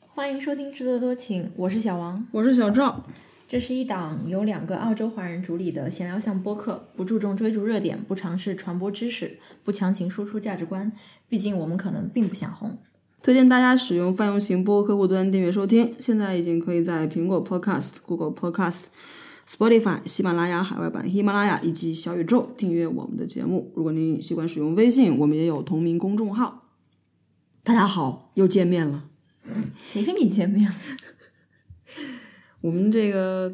欢迎收听《制作多情》，我是小王。我是小赵，这是一档由两个澳洲华人主理的闲聊向播客，不注重追逐热点，不尝试传播知识，不强行输出价值观。毕竟我们可能并不想红。推荐大家使用泛用型播客户端订阅收听。现在已经可以在苹果 Podcast、Google Podcast、Spotify、喜马拉雅海外版、喜马拉雅以及小宇宙订阅我们的节目。如果您习惯使用微信，我们也有同名公众号。大家好，又见面了。谁跟你见面了？我们这个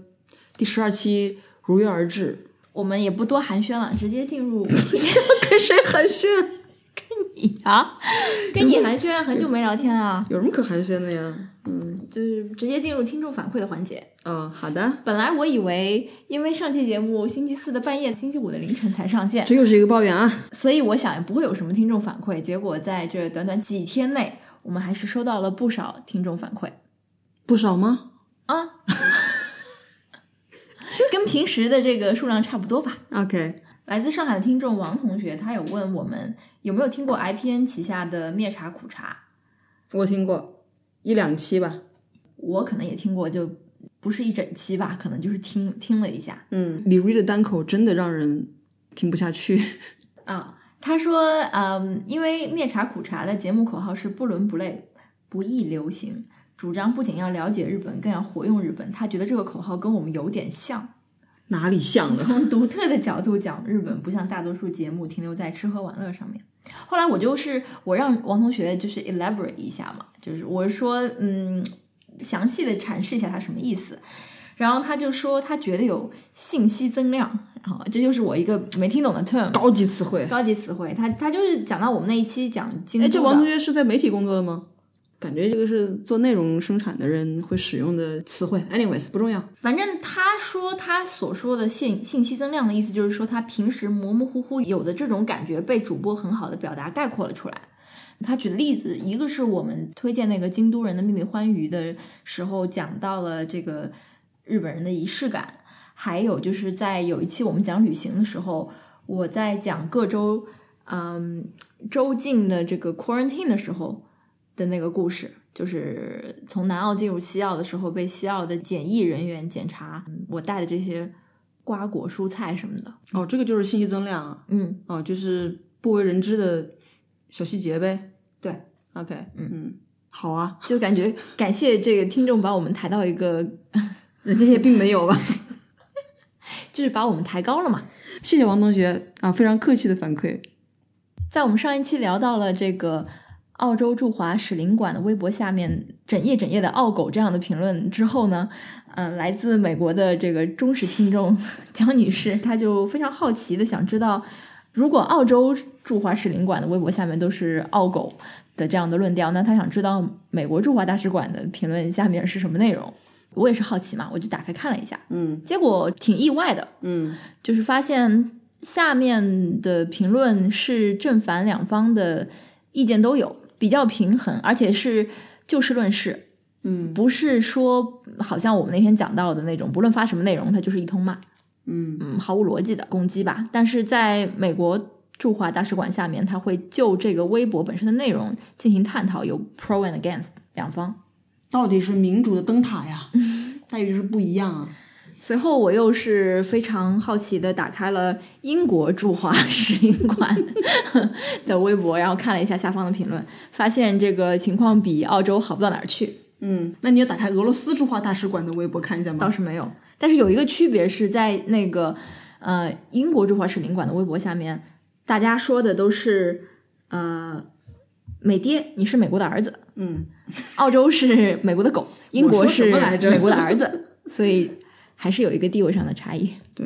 第十二期如约而至， 我们也不多寒暄了，直接进入跟谁寒暄？啊，跟你寒暄很久没聊天啊，有什么可寒暄的呀？嗯就是直接进入听众反馈的环节。啊，好的，本来我以为，因为上期节目星期四的半夜、星期五的凌晨才上线，这又是一个抱怨啊。所以我想也不会有什么听众反馈。结果在这短短几天内，我们还是收到了不少听众反馈不少吗？啊，跟平时的这个数量差不多吧。 OK，来自上海的听众王同学，他有问我们有没有听过 IPN 旗下的灭茶苦茶，我听过一两期吧。我可能也听过，就不是一整期吧，可能就是听听了一下。嗯，李瑞的单口真的让人听不下去。 啊，他说，嗯，因为灭茶苦茶的节目口号是不伦不类、不易流行，主张不仅要了解日本，更要活用日本。他觉得这个口号跟我们有点像， 哪里像了？从独特的角度讲，日本不像大多数节目停留在吃喝玩乐上面。后来我就是我让王同学就是 elaborate 一下嘛，就是我说，嗯，详细的阐释一下他什么意思。然后他就说他觉得有信息增量，然后这就是我一个没听懂的 term。高级词汇。高级词汇，他他就是讲到我们那一期讲京哎，这都王同的，学是在媒体工作的吗？感觉这个是做内容生产的人会使用的词汇。Anyways，不重要。反正他说他所说的信信息增量的意思，就是说他平时模模糊糊有的这种感觉被主播很好的表达概括了出来。他举的例子，一个是我们推荐那个《京都人的秘密欢愉》的时候讲到了这个日本人的仪式感，还有就是在有一期我们讲旅行的时候，我在讲各州嗯州境的这个 quarantine 的时候的那个故事，就是从南澳进入西澳的时候被西澳的检疫人员检查嗯我带的这些瓜果蔬菜什么的，哦，这个就是信息增量啊。嗯，哦，就是不为人知的小细节呗。对，OK，嗯嗯，好啊。 就感觉感谢这个听众把我们抬到一个，人家也并没有吧。 就是把我们抬高了嘛。谢谢王同学啊，非常客气的反馈。在我们上一期聊到了这个澳洲驻华使领馆的微博下面“整夜整夜的澳狗”这样的评论之后呢，嗯、来自美国的这个忠实听众 江女士，她就非常好奇的想知道，如果澳洲驻华使领馆的微博下面都是“澳狗”的这样的论调，那她想知道美国驻华大使馆的评论下面是什么内容。我也是好奇嘛，我就打开看了一下，嗯结果挺意外的，嗯就是发现下面的评论是正反两方的意见都有，比较平衡，而且是就事论事，嗯不是说好像我们那天讲到的那种，不论发什么内容，它就是一通骂，嗯嗯，毫无逻辑的攻击吧。但是在美国。驻华大使馆下面，他会就这个微博本身的内容进行探讨，有 pro and against 两方。到底是民主的灯 塔呀，待遇是不一样啊。随后，我又是非常好奇的打开了英国驻华使领馆的微博，然后看了一下下方的评论，发现这个情况比澳洲好不到哪儿去，嗯，那你要打开俄罗斯驻华大使馆的微博看一下吗倒？是没有。但是有一个区别是在那个呃英国驻华使领馆的微博下面，大家说的都是呃美爹，你是美国的儿子；嗯，澳洲是美国的狗，英国我说是什么来着美国的儿子，所以还是有一个地位上的差异。对，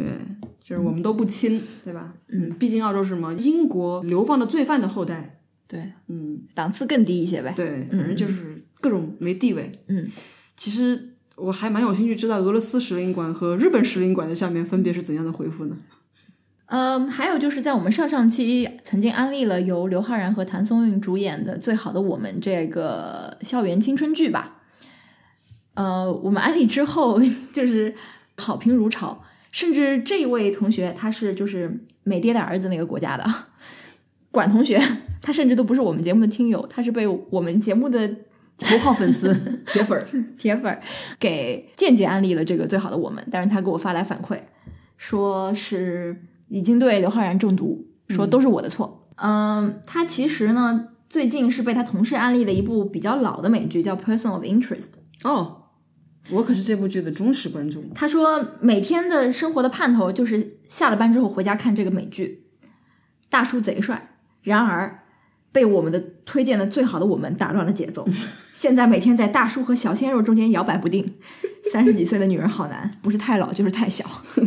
就是我们都不亲，对吧？嗯，毕竟澳洲是什么英国流放的罪犯的后代，对，嗯，档次更低一些呗。对，反正就是各种没地位。嗯，其实我还蛮有兴趣知道俄罗斯使领馆和日本使领馆的下面分别是怎样的回复呢？嗯，还有就是在我们上上期曾经安利了由刘昊然和谭松韵主演的《最好的我们》这个校园青春剧吧。呃，我们安利之后 就是好评如潮，甚至这一位同学他是就是美爹的儿子那个国家的管同学，他甚至都不是我们节目的听友，他是被我们节目的头号粉丝、铁粉儿，铁粉儿给间接安利了这个《最好的我们》，但是他给我发来反馈，说是已经对刘昊然中毒，说都是我的错。嗯，他其实呢，最近是被他同事安利了一部比较老的美剧，叫《Person of Interest》。哦，我可是这部剧的忠实观众。他说每天的生活的盼头就是下了班之后回家看这个美剧，大叔贼帅。然而被我们的推荐的最好的我们打乱了节奏，现在每天在大叔和小鲜肉中间摇摆不定。三十几岁的女人好难，不是太老就是太小。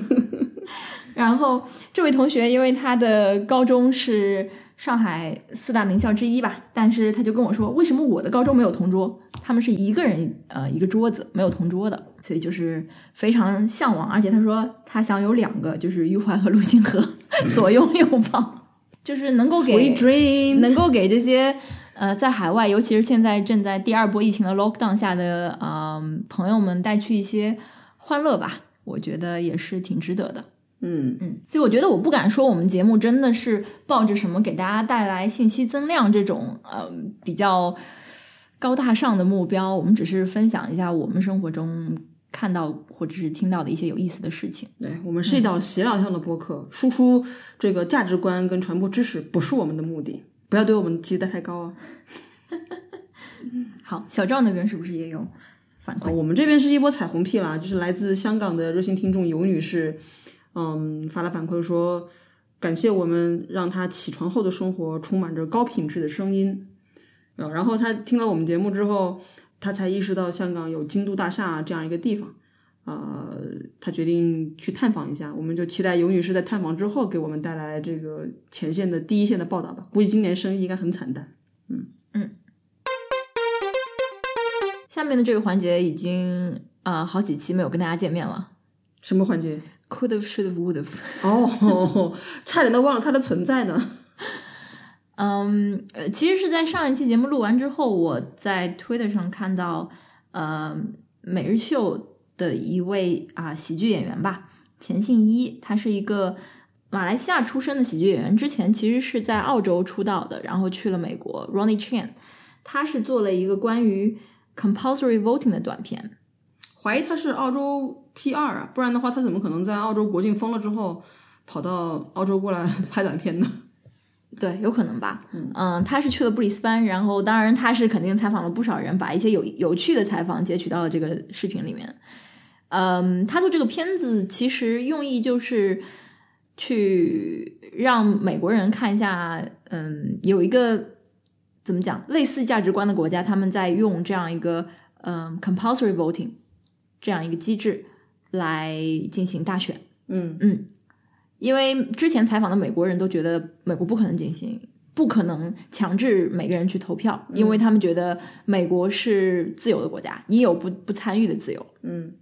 然后这位同学，因为他的高中是上海四大名校之一吧，但是他就跟我说，为什么我的高中没有同桌？他们是一个人呃一个桌子，没有同桌的，所以就是非常向往。而且他说他想有两个，就是玉环和陆星河， 左拥右抱， 就是能够给 Sweet dream，能够给这些呃在海外，尤其是现在正在第二波疫情的 lockdown 下的呃朋友们带去一些欢乐吧，我觉得也是挺值得的。嗯，嗯，所以我觉得我不敢说我们节目真的是抱着什么给大家带来信息增量这种呃比较高大上的目标，我们只是分享一下我们生活中看到或者是听到的一些有意思的事情。对我们是一档闲聊向的播客，输出这个价值观跟传播知识不是我们的目的，不要对我们期待太高啊。好，小赵那边是不是也有反啊，馈？我们这边是一波彩虹屁啦，就是来自香港的热心听众尤女士，嗯，发来反馈说，感谢我们让她起床后的生活充满着高品质的声音。啊，然后她听了我们节目之后，她才意识到香港有京都大厦这样一个地方，呃，她决定去探访一下。我们就期待尤女士在探访之后给我们带来这个前线的第一线的报道吧。估计今年生意应该很惨淡。下面的这个环节已经啊、呃好几期没有跟大家见面了。什么环节？ Could have, should have, would have。哦， 差点都忘了它的存在呢。嗯，呃，其实是在上一期节目录完之后，我在推特上看到，呃，每日秀的一位啊、喜剧演员吧，钱信一，他是一个马来西亚出生的喜剧演员，之前其实是在澳洲出道的，然后去了美国。Ronnie Chan，他是做了一个关于 compulsory voting 的短片，怀疑他是澳洲 P 二啊，不然的话他怎么可能在澳洲国境封了之后跑到澳洲过来 拍短片呢？对，有可能吧。嗯、他是去了布里斯班，然后当然他是肯定采访了不少人，把一些有有趣的采访截取到了这个视频里面。嗯，他做这个片子其实用意就是去让美国人看一下，嗯，有一个怎么讲类似价值观的国家，他们在用这样一个嗯 compulsory voting 这样一个机制来进行大选。嗯，因为之前采访的美国人都觉得美国不可能进行，不可能强制每个人去投票，因为他们觉得美国是自由的国家，你有不不参与的自由，嗯，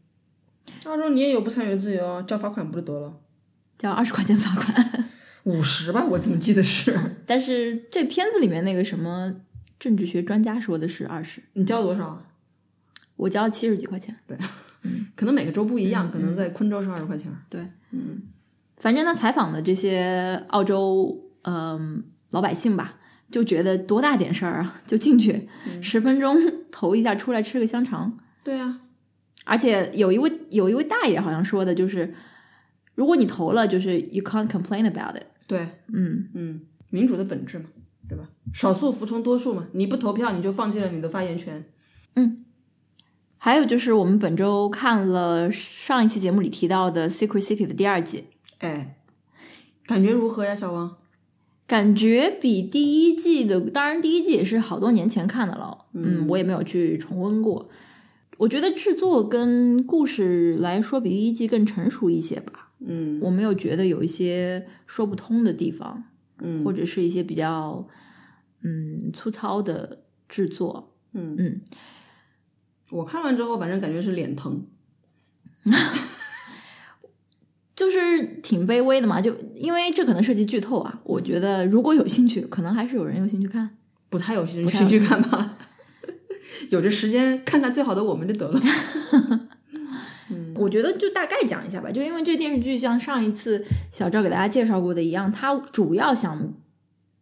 澳洲你也有不参与自由，啊交罚款不就得了？交二十块钱罚款。 五十吧，我怎么记得是？但是这片子里面那个什么政治学专家说的是二十， 你交多少？啊我交七十几块钱。可能每个州不一样，可能在昆州是二十块钱。对，嗯反正他采访的这些澳洲嗯、老百姓吧，就觉得多大点事儿啊，就进去十分钟投一下，出来吃个香肠。对啊，而且有一位有一位大爷好像说的就是，如果你投了，就是 you can't complain about it。对，嗯，嗯，民主的本质嘛，对吧？少数服从多数嘛，你不投票你就放弃了你的发言权。还有就是我们本周看了上一期节目里提到的《Secret City》的第二季，哎，感觉如何呀，小王？感觉比第一季的，当然第一季也是好多年前看的了，嗯，我也没有去重温过。我觉得制作跟故事来说比第一季更成熟一些吧，嗯我没有觉得有一些说不通的地方。嗯或者是一些比较嗯粗糙的制作。嗯嗯，我看完之后，反正感觉是脸疼。就是挺卑微的嘛。就因为这可能涉及剧透啊，我觉得如果有兴趣，可能还是有人有兴趣看。不太有兴趣去看吧。 有这时间看看最好的我们就得了。 我觉得就大概讲一下吧，就因为这电视剧像上一次小赵给大家介绍过的一样，它主要想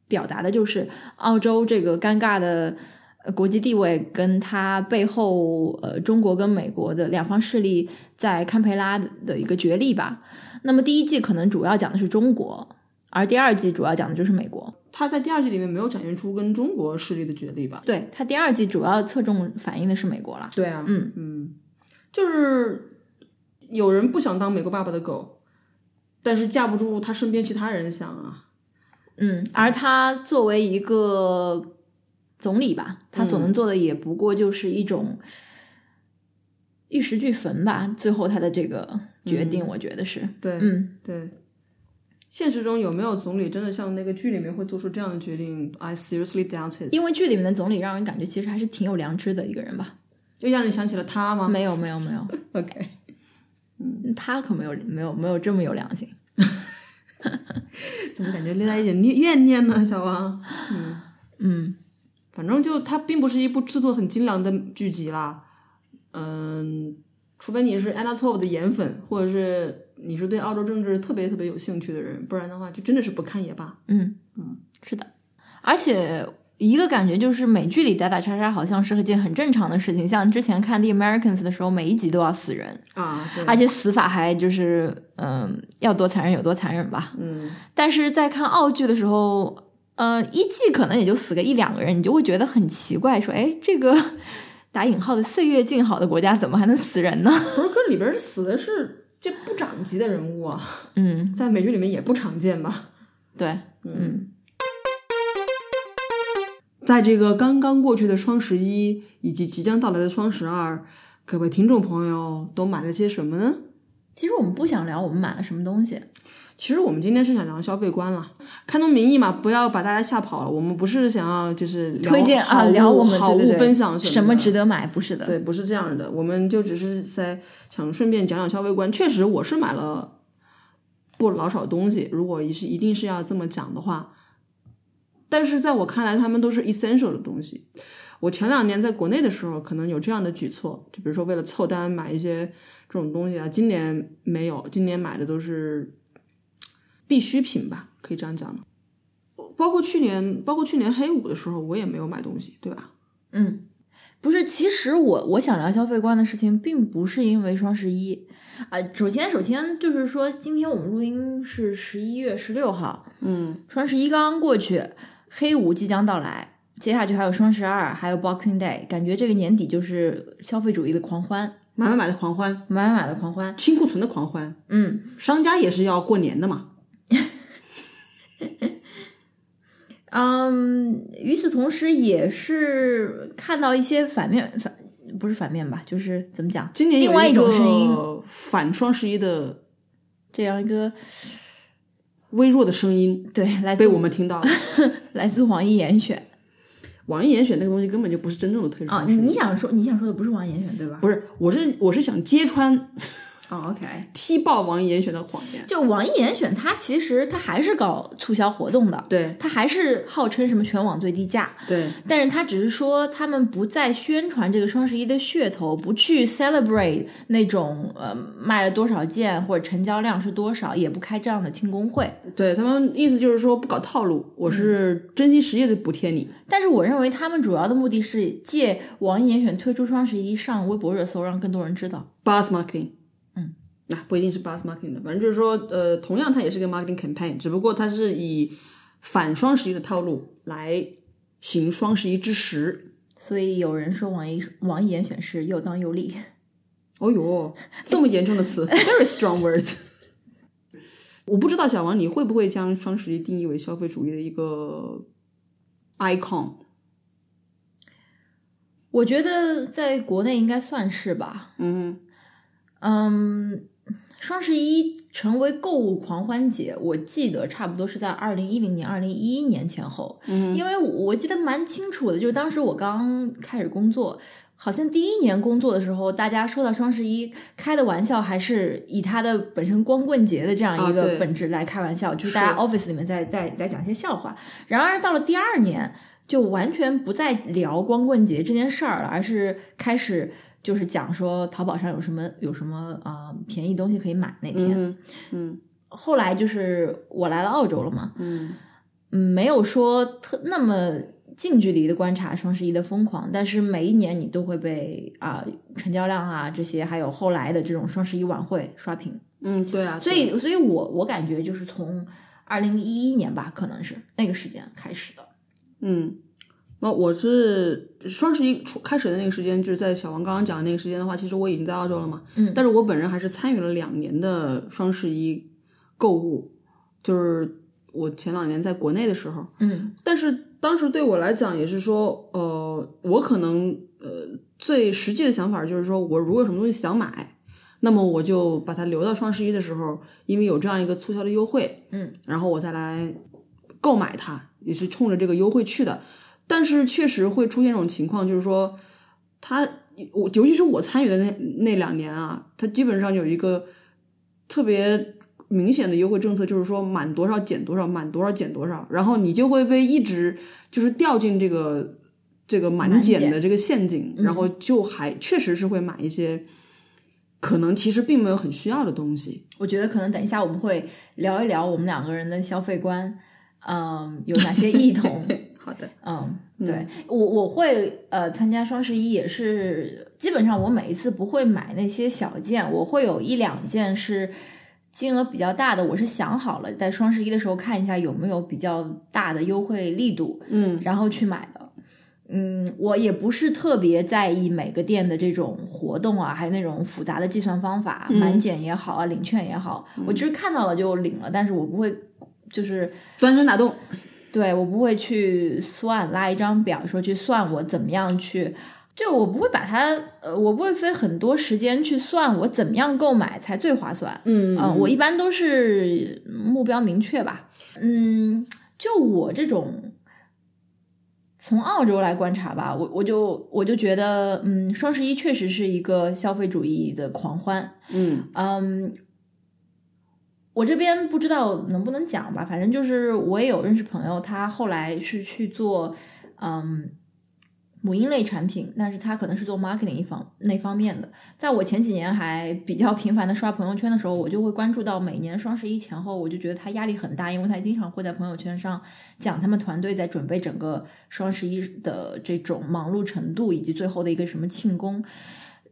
表达的就是澳洲这个尴尬的呃国际地位跟它背后呃中国跟美国的两方势力在堪培拉的一个角力吧。那么第一季可能主要讲的是中国，而第二季主要讲的就是美国。他在第二季里面没有展现出跟中国势力的角力吧？对，它第二季主要侧重反映的是美国啦。对啊，嗯嗯，就是有人不想当美国爸爸的狗，但是架不住他身边其他人想啊。嗯，而他作为一个总理吧，他所能做的也不过就是一种玉石俱焚吧。最后他的这个决定，我觉得是，对嗯，对，现实中有没有总理真的像那个剧里面会做出这样的决定？I seriously doubt it。因为剧里面的总理让人感觉其实还是挺有良知的一个人吧。又让你想起了他吗没有，没有，没有，嗯？OK，他可没有，没有，没有这么有良心。怎么感觉略带一点怨怨念呢，小 王？嗯，嗯，反正就它并不是一部制作很精良的剧集啦。嗯，除非你是 Anatov 的颜粉，或者是你是对澳洲政治特别特别有兴趣的人，不然的话就真的是不看也罢。嗯嗯，是的，而且一个感觉就是美剧里打打杀杀好像是一件很正常的事情，像之前看《The Americans》的时候，每一集都要死人，啊，对而且死法还就是嗯、要多残忍有多残忍吧。嗯，但是在看澳剧的时候，呃，一季可能也就死个一两个人，你就会觉得很奇怪，说哎，这个打引号的岁月静好的国家怎么还能死人呢？ 不是，可是里边死的是这部长级的人物啊， 嗯，在美剧里面也不常见吧？对，嗯在这个刚刚过去的双十一以及即将到来的双十二，各位听众朋友都买了些什么呢？其实我们不想聊我们买了什么东西，其实我们今天是想聊消费观了，开宗明义嘛，不要把大家吓跑了。我们不是想要就是聊推荐啊，好物聊我们好对对物对分享什么么的值得买，不是的，对，不是这样的，我们就只是在想顺便讲讲消费观。确实，我是买了不老少东西，如果是一定是要这么讲的话，但是在我看来，他们都是 essential 的东西。我前两年在国内的时候，可能有这样的举措，就比如说为了凑单买一些这种东西啊。今年没有，今年买的都是必需品吧，可以这样讲吗？包括去年，包括去年黑五的时候，我也没有买东西，对吧？嗯，不是，其实我我想聊消费观的事情，并不是因为双十一啊、首先，首先就是说，今天我们录音是十一月十六号，嗯，双十一刚刚过去，黑五即将到来，接下去还有双十二，还有 Boxing Day，感觉这个年底就是消费主义的狂欢，买买买的狂欢。买买买的狂欢。清库存的狂欢，嗯，商家也是要过年的嘛。嗯，与此同时，也是看到一些反面反不是反面吧，就是怎么讲，今年有另外一个种声音，反双十一的这样一个微弱的声音对来自被我们听到了。 来自网易严选网易严选那个东西根本就不是真正的推出啊，双你十一你想说你想说的不是网易严选对吧？不是，我是我是想揭穿、 哦，OK，踢爆网易严选的谎言。就网易严选它其实它还是搞促销活动的，对它还是号称什么全网最低价，对但是他只是说他们不再宣传这个双十一的噱头，不去 celebrate 那种呃卖了多少件或者成交量是多少，也不开这样的庆功会。对，他们意思就是说不搞套路，我嗯是真心实意的补贴你。但是我认为他们主要的目的是借网易严选推出双十一上微博热搜，让更多人知道。 Buzz marketing，嗯，那、不一定是 buzz marketing 的，反正就是说，呃，同样它也是个 marketing campaign，只不过它是以反双十一的套路来行双十一之实。所以有人说网易网易严选是又当又立。哦哟，这么严重的词 ，very strong words。我不知道小王你会不会将双十一定义为消费主义的一个 icon？我觉得在国内应该算是吧。嗯嗯，双十一成为购物狂欢节，我记得差不多是在二零一零年、二零一一年前后。嗯因为我我记得蛮清楚的，就是当时我刚开始工作，好像第一年工作的时候，大家说到双十一开的玩笑，还是以它的本身光棍节的这样一啊个对本质来开玩笑，就是大家是 office 里面在在在讲一些笑话。然而到了第二年，就完全不再聊光棍节这件事儿了，而是开始。就是讲说淘宝上有什么有什么啊、呃便宜东西可以买那天，嗯嗯后来就是我来了澳洲了嘛，嗯嗯，没有说特那么近距离的观察双十一的疯狂，但是每一年你都会被啊、成交量啊这些，还有后来的这种双十一晚会刷屏。嗯，对啊，所以，所以我我感觉就是从二零一一年吧，可能是那个时间开始的。嗯，那我是双十一出开始的那个时间，就是在小王刚刚讲的那个时间的话，其实我已经在澳洲了嘛。嗯但是我本人还是参与了两年的双十一购物，就是我前两年在国内的时候，嗯但是当时对我来讲也是说，呃，我可能呃最实际的想法就是说，我如果有什么东西想买，那么我就把它留到双十一的时候，因为有这样一个促销的优惠，嗯，然后我再来购买它，也是冲着这个优惠去的。但是确实会出现这种情况，就是说，它我尤其是我参与的那那两年啊，它基本上有一个特别明显的优惠政策，就是说满多少减多少，满多少减多少，然后你就会被一直就是掉进这个这个满满减嗯减的这个陷阱，然后就还确实是会买一些可能其实并没有很需要的东西。。我觉得可能等一下我们会聊一聊我们两个人的消费观，嗯，有哪些异同 好的，嗯，对我我会呃参加双十一也是，基本上我每一次不会买那些小件，我会有一两件是金额比较大的，我是想好了在双十一的时候看一下有没有比较大的优惠力度，嗯然后去买的。嗯，我也不是特别在意每个店的这种活动啊，还有那种复杂的计算方法，嗯满减也好啊，领券也好，我就是看到了就领了，但是我不会就是。钻山打洞，对我不会去算拉一张表说去算我怎么样去，就我不会把它呃，我不会费很多时间去算我怎么样购买才最划算。嗯嗯、我一般都是目标明确吧。嗯，就我这种从澳洲来观察吧，我我就我就觉得，嗯，双十一确实是一个消费主义的狂欢。嗯嗯，我这边不知道能不能讲吧，反正就是我也有认识朋友，他后来是去做嗯母婴类产品，但是他可能是做 marketing 一方那方面的。在我前几年还比较频繁的刷朋友圈的时候，我就会关注到每年双十一前后，我就觉得他压力很大，因为他经常会在朋友圈上讲他们团队在准备整个双十一的这种忙碌程度，以及最后的一个什么庆功。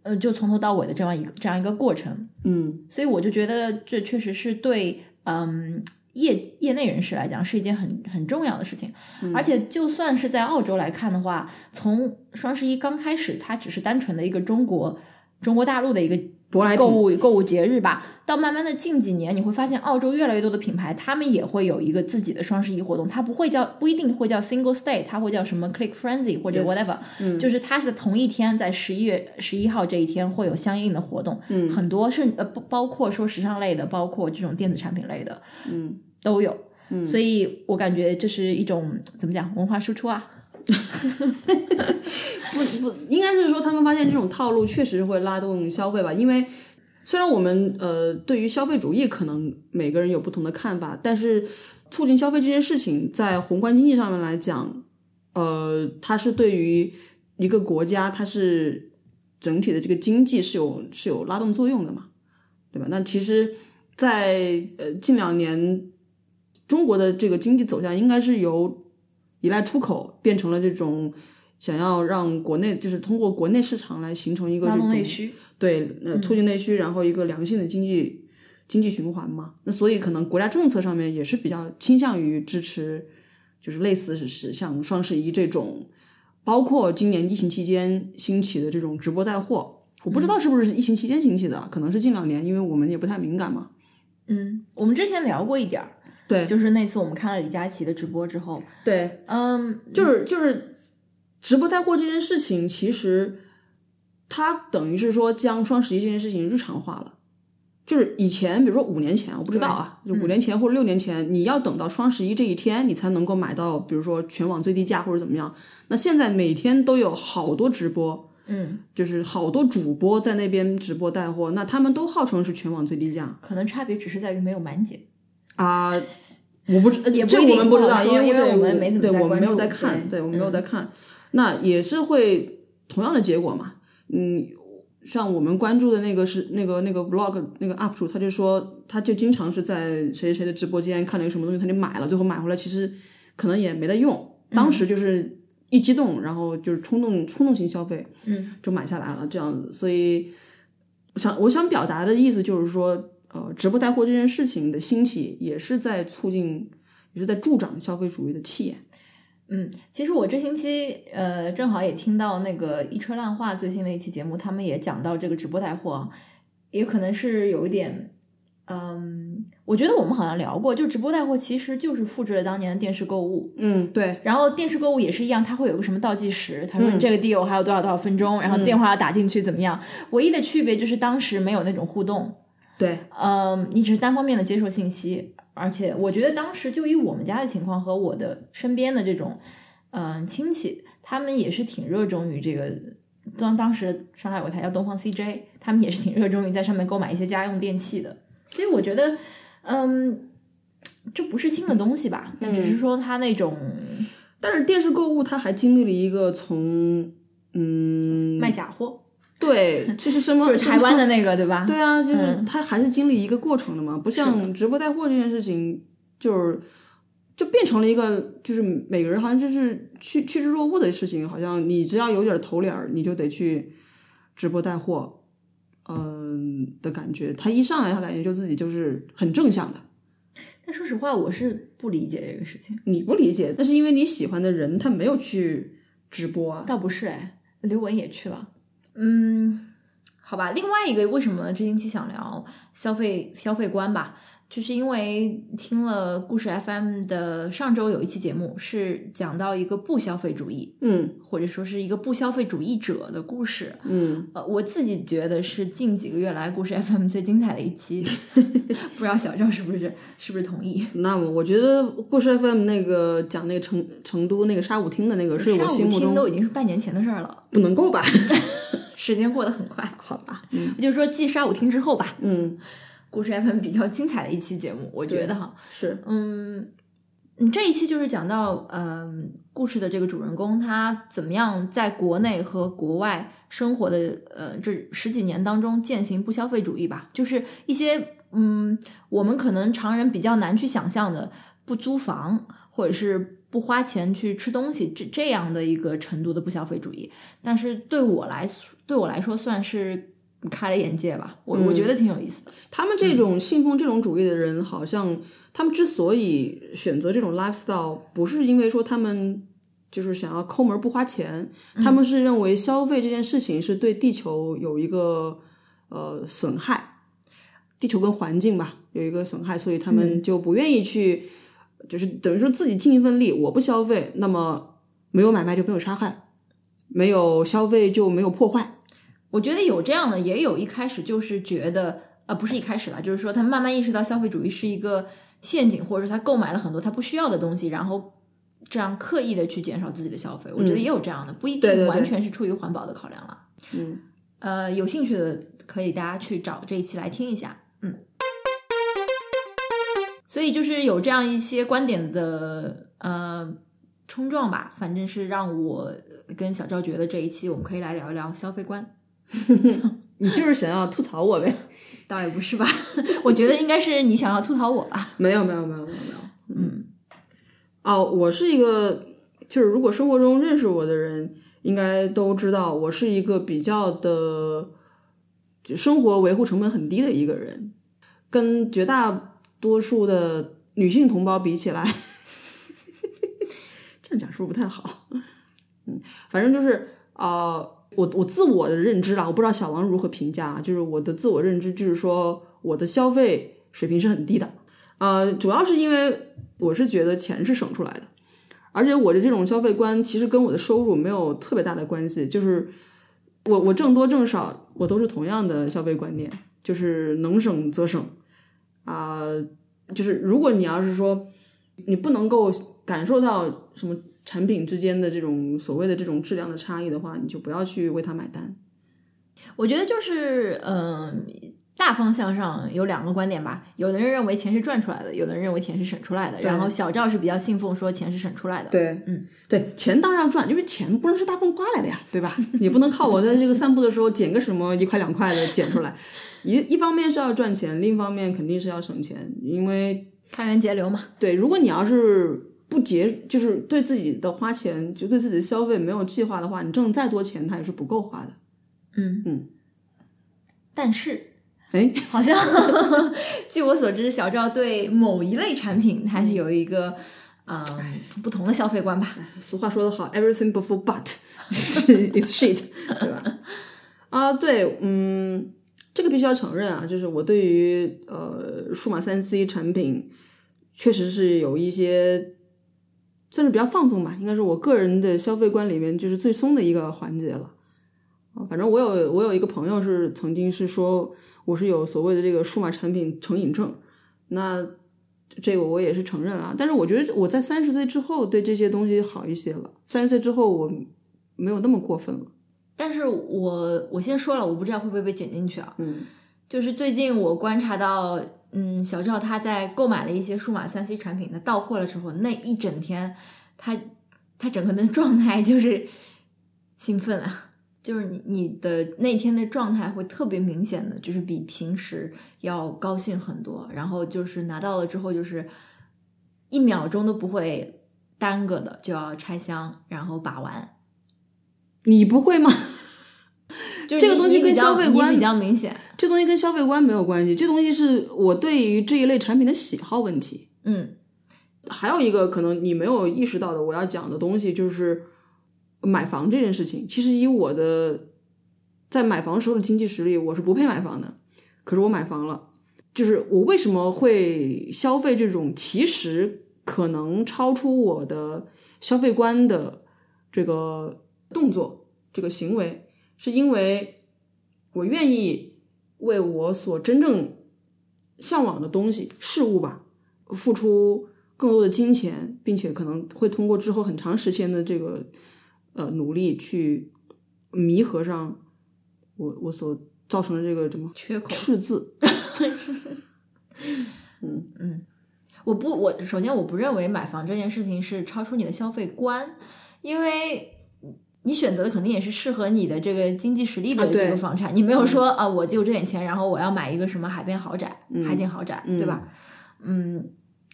呃，就从头到尾的这样一个这样一个过程，嗯所以我就觉得这确实是对嗯业业内人士来讲是一件很很重要的事情。嗯而且就算是在澳洲来看的话，从双十一刚开始，它只是单纯的一个中国中国大陆的一个。舶来品购物购物节日吧，到慢慢的近几年，你会发现澳洲越来越多的品牌，他们也会有一个自己的双十一活动，它不会叫不一定会叫 Single Day，它会叫什么 Click Frenzy 或者 Yes whatever，、嗯就是它是同一天，在十一月十一号这一天会有相应的活动，嗯很多甚呃不包括说时尚类的，包括这种电子产品类的嗯都有，嗯所以我感觉这是一种怎么讲文化输出啊，不不，应该是说他们发现这种套路确实会拉动消费吧，因为。虽然我们呃对于消费主义可能每个人有不同的看法，但是促进消费这件事情在宏观经济上面来讲，呃，它是对于一个国家它是整体的这个经济是有是有拉动作用的嘛，对吧？那其实在，呃近两年，中国的这个经济走向应该是由依赖出口变成了这种想要让国内就是通过国内市场来形成一个这拉动种内需，对，呃，促进内需，然后一个良性的经济经济循环嘛。那所以可能国家政策上面也是比较倾向于支持，就是类似是是像双十一这种，包括今年疫情期间兴起的这种直播带货。我不知道是不是疫情期间兴起的，可能是近两年，因为我们也不太敏感嘛。嗯，我们之前聊过一点儿，对就是那次我们看了李佳琦的直播之后，对，嗯，就是就是直播带货这件事情，其实它等于是说将双十一这件事情日常化了。就是以前，比如说五年前，我不知道啊，就对五年前或者六年前，你要等到双十一这一天，你才能够买到，比如说全网最低价或者怎么样。那现在每天都有好多直播，嗯，就是好多主播在那边直播带货，那他们都号称是全网最低价可能差别只是在于没有满减，啊、我不知，呃也不这一个定我们不知道，不好说因因为对我们没怎么对在我们没有关注在看，对对我们没有嗯在看，那也是会同样的结果嘛。嗯，像我们关注的那个是那个那个 vlog 那个 up 主，他就说他就经常是在谁谁谁嗯的直播间看了一个什么东西，他就买了，最后买回来其实可能也没得用，当时就是一激动，然后就是冲动冲动型消费嗯就买下来了这样子。所以，我想我想表达的意思就是说，呃，直播带货这件事情的兴起，也是在促进，也是在助长消费主义的气焰。嗯，其实我这星期呃正好也听到那个一车烂话最新的一期节目，他们也讲到这个直播带货啊，也可能是有一点，嗯，我觉得我们好像聊过，就直播带货其实就是复制了当年的电视购物，嗯，对，然后电视购物也是一样，它会有个什么倒计时，他说嗯你这个 deal 还有多少多少分钟，然后电话要打进去怎么样？唯一的区别就是当时没有那种互动，对，嗯，你只是单方面的接受信息，而且我觉得当时就以我们家的情况和我的身边的这种嗯、亲戚，他们也是挺热衷于这个。当当时上海有个台叫东方 CJ，他们也是挺热衷于在上面购买一些家用电器的，所以我觉得，嗯，这不是新的东西吧？但只是说它那种但是电视购物它还经历了一个从嗯，卖假货，对，就是什么就是台湾的那那个对吧？对啊，就是嗯它还是经历一个过程的嘛，不像直播带货这件事情，就是就变成了一个就是每个人好像就是趋趋之若鹜的事情，好像你只要有点头脸儿，你就得去直播带货，嗯、的感觉。他一上来他感觉就自己就是很正向的，但说实话，我是不理解这个事情。你不理解，那是因为你喜欢的人他没有去直播啊，倒不是哎，刘雯也去了。嗯，好吧。另外一个为什么这星期想聊消费消费观吧，就是因为听了故事 FM 的上周有一期节目是讲到一个不消费主义，嗯或者说是一个不消费主义者的故事。嗯。呃，我自己觉得是近几个月来故事 FM 最精彩的一期， 不知道小赵是不是是不是同意？那么我觉得故事 FM 那个讲那个成成都那个沙舞厅的那个，是上我午心目听都中已经是半年前的事儿了，不能 够吧？时间过得很快。好吧，嗯也就是说，继沙舞厅之后吧，嗯，故事 FM 比较精彩的一期节目，我觉得哈，是嗯，嗯这一期就是讲到，嗯，故事的这个主人公他怎么样在国内和国外生活的，呃，这十几年当中践行不消费主义吧，就是一些，嗯，我们可能常人比较难去想象的，不租房或者是不花钱去吃东西这这样的一个程度的不消费主义，但是对我来对我来说算是开了眼界吧，我、我嗯觉得挺有意思的，他们这种信奉这种主义的人，好像他们之所以选择这种 lifestyle，不是因为说他们就是想要抠门不花钱，他们是认为消费这件事情是对地球有一个呃损害，地球跟环境吧有一个损害，所以他们嗯就不愿意去，就是等于说自己尽一份力，我不消费，那么没有买卖就没有杀害，没有消费就没有破坏，我觉得有这样的，也有一开始就是觉得，呃，不是一开始吧，就是说他慢慢意识到消费主义是一个陷阱，或者说他购买了很多他不需要的东西，然后这样刻意的去减少自己的消费。我觉得也有这样的，不一嗯对对定对完全是出于环保的考量了。嗯。呃，有兴趣的可以大家去找这一期来听一下，嗯。所以就是有这样一些观点的呃冲撞吧，反正是让我跟小赵觉得这一期我们可以来聊一聊消费观。你就是想要吐槽我呗？ 倒也不是吧，我觉得应该是你想要吐槽我吧。 没有没有没有没有没有，嗯哦，我是一个，就是如果生活中认识我的人，应该都知道我是一个比较的，就生活维护成本很低的一个人，跟绝大多数的女性同胞比起来， 这样讲是不是不太好？嗯，反正就是呃，我我自我的认知啦，啊我不知道小王如何评价啊，就是我的自我认知就是说我的消费水平是很低的，呃，主要是因为我是觉得钱是省出来的，而且我的这种消费观其实跟我的收入没有特别大的关系，就是我我挣多挣少，我都是同样的消费观念，就是能省则省，啊、就是如果你要是说你不能够感受到什么产品之间的这种所谓的这种质量的差异的话，你就不要去为它买单。我觉得就是嗯、大方向上有两个观点吧。有的人认为钱是赚出来的，有的人认为钱是省出来的。对然后小赵是比较信奉说钱是省出来的。，对，嗯，对，钱当然要赚，因为钱不能是大风刮来的呀，对吧？ 也不能靠我在这个散步的时候捡个什么一块两块的捡出来。一一方面是要赚钱，另一方面肯定是要省钱，因为开源节流嘛。对，如果你要是不节，就是对自己的花钱，就对自己的消费没有计划的话，你挣再多钱，它也是不够花的。嗯嗯，但是哎，好 像据我所知，小赵对某一类产品他是有一个嗯、不同的消费观吧？俗话说得好，everything before but is shit，对吧？啊，对，嗯，这个必须要承认啊，就是我对于呃数码三 C 产品，确实是有一些算是比较放纵吧，应该是我个人的消费观里面就是最松的一个环节了。啊，反正我有我有一个朋友是曾经是说我是有所谓的这个数码产品成瘾症，那这个我也是承认啊，但是我觉得我在三十岁之后对这些东西好一些了。三十岁之后我没有那么过分了。但是我我先说了，我不知道会不会被剪进去啊。嗯就是最近我观察到，嗯，小赵他在购买了一些数码三 C 产品的到货了之后，那一整天他他整个的状态就是兴奋啊，就是你你的那天的状态会特别明显的，就是比平时要高兴很多。然后就是拿到了之后，就是一秒钟都不会耽搁的，就要拆箱，然后把玩。你不会吗？就是这个你东西你跟比较消费你观比较明显，这东西跟消费观没有关系，这东西是我对于这一类产品的喜好问题。嗯还有一个可能你没有意识到的，我要讲的东西就是买房这件事情。其实以我的在买房时候的经济实力，我是不配买房的，可是我买房了。就是我为什么会消费这种其实可能超出我的消费观的这个动作、这个行为，是因为我愿意为我所真正向往的东西、事物吧，付出更多的金钱，并且可能会通过之后很长时间的这个呃努力去弥合上我我所造成的这个什么缺口赤字。嗯我不，我首先我不认为买房这件事情是超出你的消费观，因为你选择的肯定也是适合你的这个经济实力啊的对这个房产，你没有说啊，我就这点钱，然后我要买一个什么海边豪宅、嗯海景豪宅，嗯对吧？嗯，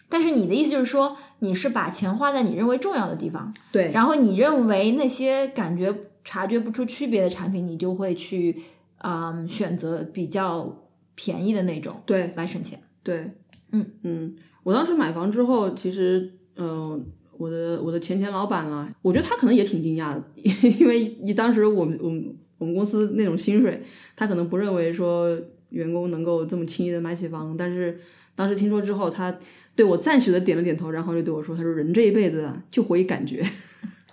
但是你的意思就是说，你是把钱花在你认为重要的地方，对然后你认为那些感觉察觉不出区别的产品，你就会去嗯选择比较便宜的那种对来省钱。对，嗯嗯，我当时买房之后，其实嗯、呃我的我的前前老板啊，我觉得他可能也挺惊讶的， 因为以当时我们我们我们公司那种薪水，他可能不认为说员工能够这么轻易的买起房，但是当时听说之后，他对我赞许的点了点头，然后就对我说，他说人这一辈子啊，就活一感觉，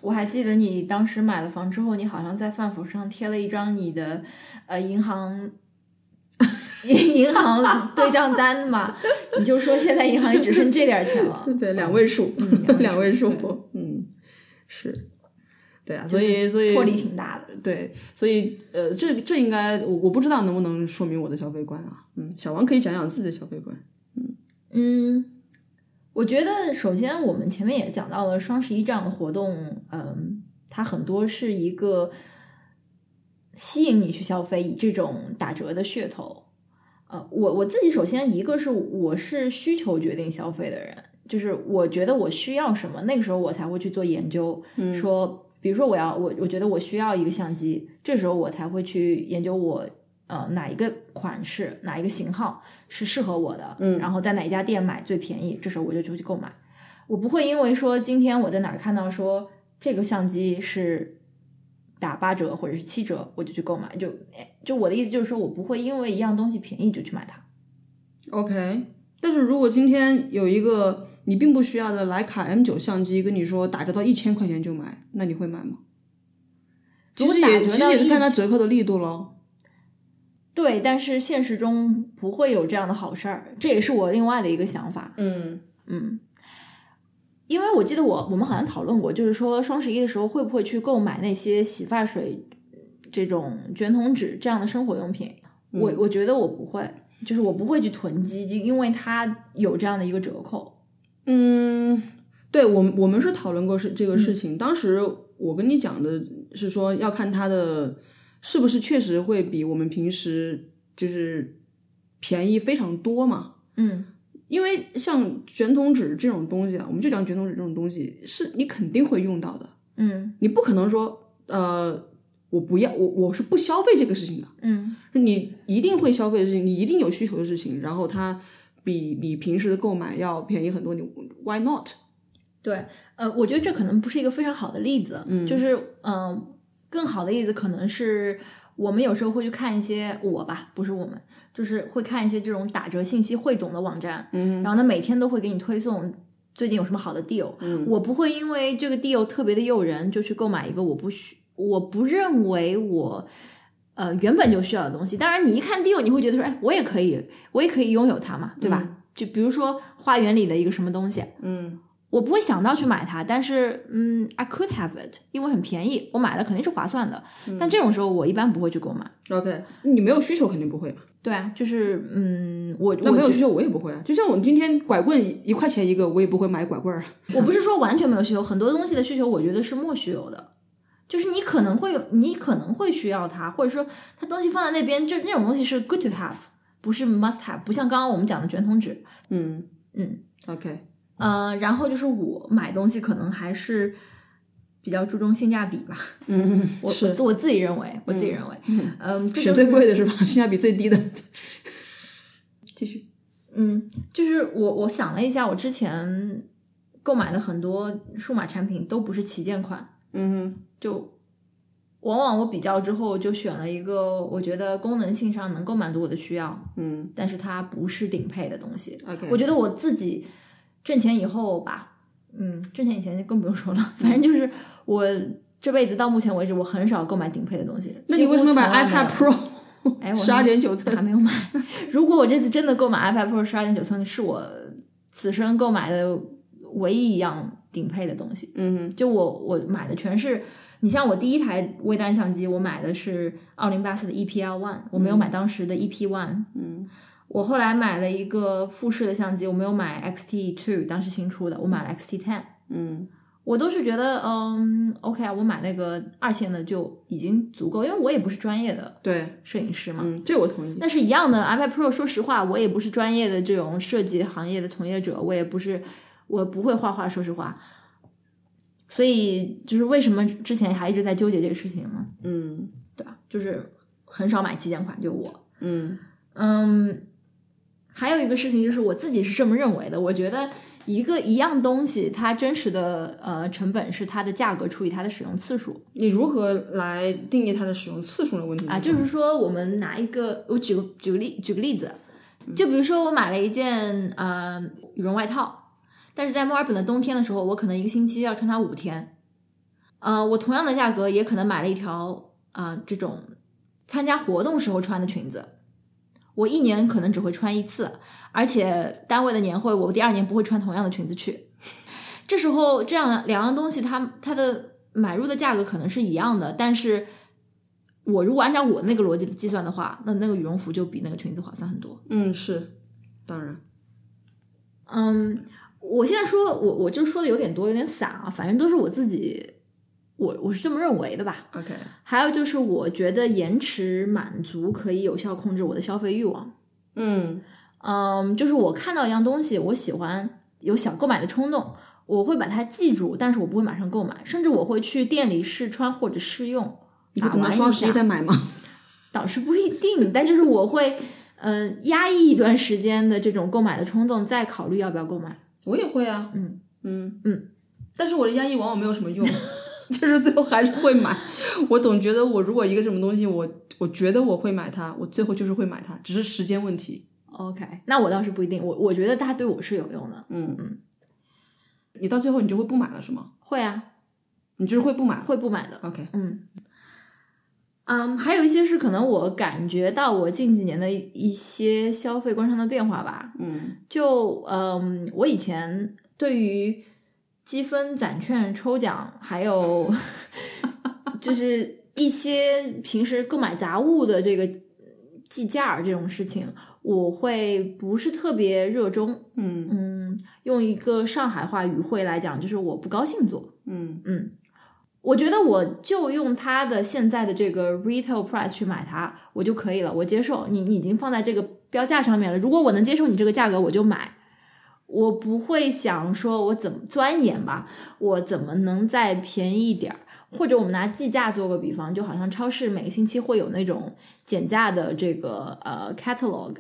我还记得你当时买了房之后，你好像在饭否上贴了一张你的呃银行银 银行对账单嘛，你就说现在银行里只剩这点钱了。 对，两位数，嗯两位数对，嗯，是。对啊，所以所以魄力挺大的。对，所以呃，这这应该我我不知道能不能说明我的消费观啊。嗯，小王可以讲讲自己的消费观。嗯，我觉得首先我们前面也讲到了双十一这样的活动，嗯，它很多是一个吸引你去消费，以这种打折的噱头。呃，我我自己首先一个是我是需求决定消费的人，就是我觉得我需要什么，那个时候我才会去做研究，嗯说，比如说我要我我觉得我需要一个相机，这时候我才会去研究我呃哪一个款式、哪一个型号是适合我的，嗯然后在哪一家店买最便宜，这时候我就就去购买。我不会因为说今天我在哪儿看到说这个相机是打八折或者是七折，我就去购买。就哎就我的意思就是说我不会因为一样东西便宜就去买它。 OK，但是如果今天有一个你并不需要的徕卡 M 九相机跟你说打折到一千块钱就买，那你会买吗？如其果实打也折其实到也是看它1000折扣的力度喽。对，但是现实中不会有这样的好事儿，这也是我另外的一个想法。嗯嗯，因为我记得我我们好像讨论过，就是说双十一的时候会不会去购买那些洗发水、这种卷筒纸这样的生活用品？我嗯我觉得我不会，就是我不会去囤积，就因为它有这样的一个折扣。嗯，对我们我们是讨论过是这个事情，当时我跟你讲的是说要看它的是不是确实会比我们平时就是便宜非常多嘛。嗯因为像卷筒纸这种东西啊，我们就讲卷筒纸这种东西，是你肯定会用到的，嗯你不可能说呃我不要我我是不消费这个事情的，嗯你一定会消费的事情，你一定有需求的事情，然后它比你平时的购买要便宜很多，你 why not？对，呃，我觉得这可能不是一个非常好的例子，嗯就是嗯、呃更好的例子可能是我们有时候会去看一些我吧，不是我们，就是会看一些这种打折信息汇总的网站，嗯然后呢，每天都会给你推送最近有什么好的 deal，嗯我不会因为这个 deal 特别的诱人就去购买一个我不需我不认为我呃原本就需要的东西。当然，你一看 deal，你会觉得说，哎，我也可以，我也可以拥有它嘛，对吧？嗯就比如说花园里的一个什么东西，嗯我不会想到去买它，但是嗯，I could have it，因为很便宜，我买了肯定是划算的。嗯但这种时候，我一般不会去购买。 ，OK，你没有需求肯定不会嘛，对啊，就是嗯，我那我没有觉需求我也不会啊，就像我今天拐棍一块钱一个，我也不会买拐棍儿啊， 我不是说完全没有需求，很多东西的需求我觉得是莫须有的，就是你可能会有，你可能会需要它，或者说它东西放在那边，就那种东西是 good to have，不是 must have，不像刚刚我们讲的卷筒纸，嗯嗯，OK，呃，然后就是我买东西可能还是比较注重性价比吧，嗯，我是我我自己认为，我自己认为，嗯嗯，这选就最是贵的是吧？性价比最低的，继续，嗯，就是我我想了一下，我之前购买的很多数码产品都不是旗舰款。嗯就往往我比较之后就选了一个我觉得功能性上能够满足我的需要，哼嗯但是它不是顶配的东西。 ，OK，我觉得我自己挣钱以后吧，嗯，挣钱以前就更不用说了，反正就是我这辈子到目前为止，我很少购买顶配的东西。那你为什么买几乎从来没有 iPad Pro 哎，我十二点九寸还？没有买。 如果我这次真的购买 iPad Pro 十二点九寸，是我此生购买的唯一一样顶配的东西。嗯就我我买的全是，你像我第一台微单相机，我买的是二零八四的 EPL One，我没有买当时的 EP One。哼嗯我后来买了一个富士的相机，我没有买 XT Two，当时新出的，我买了 XT Ten。嗯我都是觉得，嗯，OK 啊，我买那个二线的就已经足够，因为我也不是专业的对，摄影师嘛。嗯，这我同意。但是一样的 iPad Pro，说实话，我也不是专业的这种设计行业的从业者，我也不是，我不会画画，说实话。所以就是为什么之前还一直在纠结这个事情呢？嗯对吧？就是很少买旗舰款，就我，嗯嗯。还有一个事情就是我自己是这么认为的，我觉得一个一样东西，它真实的呃成本是它的价格除以它的使用次数。你如何来定义它的使用次数的问题啊，就是说我们拿一个，我举个举个例举个例子，就比如说我买了一件呃羽绒外套，但是在墨尔本的冬天的时候，我可能一个星期要穿它五天，呃，我同样的价格也可能买了一条啊、呃这种参加活动时候穿的裙子。我一年可能只会穿一次，而且单位的年会，我第二年不会穿同样的裙子去。这时候，这样两样东西它，它的买入的价格可能是一样的，但是我如果按照我那个逻辑计算的话，那那个羽绒服就比那个裙子划算很多。嗯是，当然嗯，我现在说我我就说的有点多，有点散啊，反正都是我自己，我我是这么认为的吧。 OK 还有就是，我觉得延迟满足可以有效控制我的消费欲望。嗯嗯，就是我看到一样东西，我喜欢有想购买的冲动，我会把它记住，但是我不会马上购买，甚至我会去店里试穿或者试用，你会把等到玩双一十下一再买吗？ 倒是不一定，但就是我会，嗯、压抑一段时间的这种购买的冲动，再考虑要不要购买。我也会啊，嗯嗯嗯，但是我的压抑往往没有什么用， 就是最后还是会买。我总觉得我如果一个什么东西，我我觉得我会买它，我最后就是会买它，只是时间问题。 OK，那我倒是不一定，我我觉得它对我是有用的，嗯嗯，你到最后你就会不买了是吗？会啊，你就是会不买了。会不买的， OK，嗯。嗯，还有一些是可能我感觉到我近几年的一些消费观上的变化吧，嗯就嗯，我以前对于积分攒券抽奖，还有就是一些平时购买杂物的这个计价儿这种事情，我会不是特别热衷。嗯嗯，用一个上海话语汇来讲，就是我不高兴做。嗯嗯。我觉得我就用它的现在的这个 retail price 去买它，我就可以了，我接受。你你已经放在这个标价上面了，如果我能接受你这个价格，我就买。我不会想说我怎么钻研吧，我怎么能再便宜一点儿？或者我们拿计价做个比方，就好像超市每个星期会有那种减价的这个呃 catalog，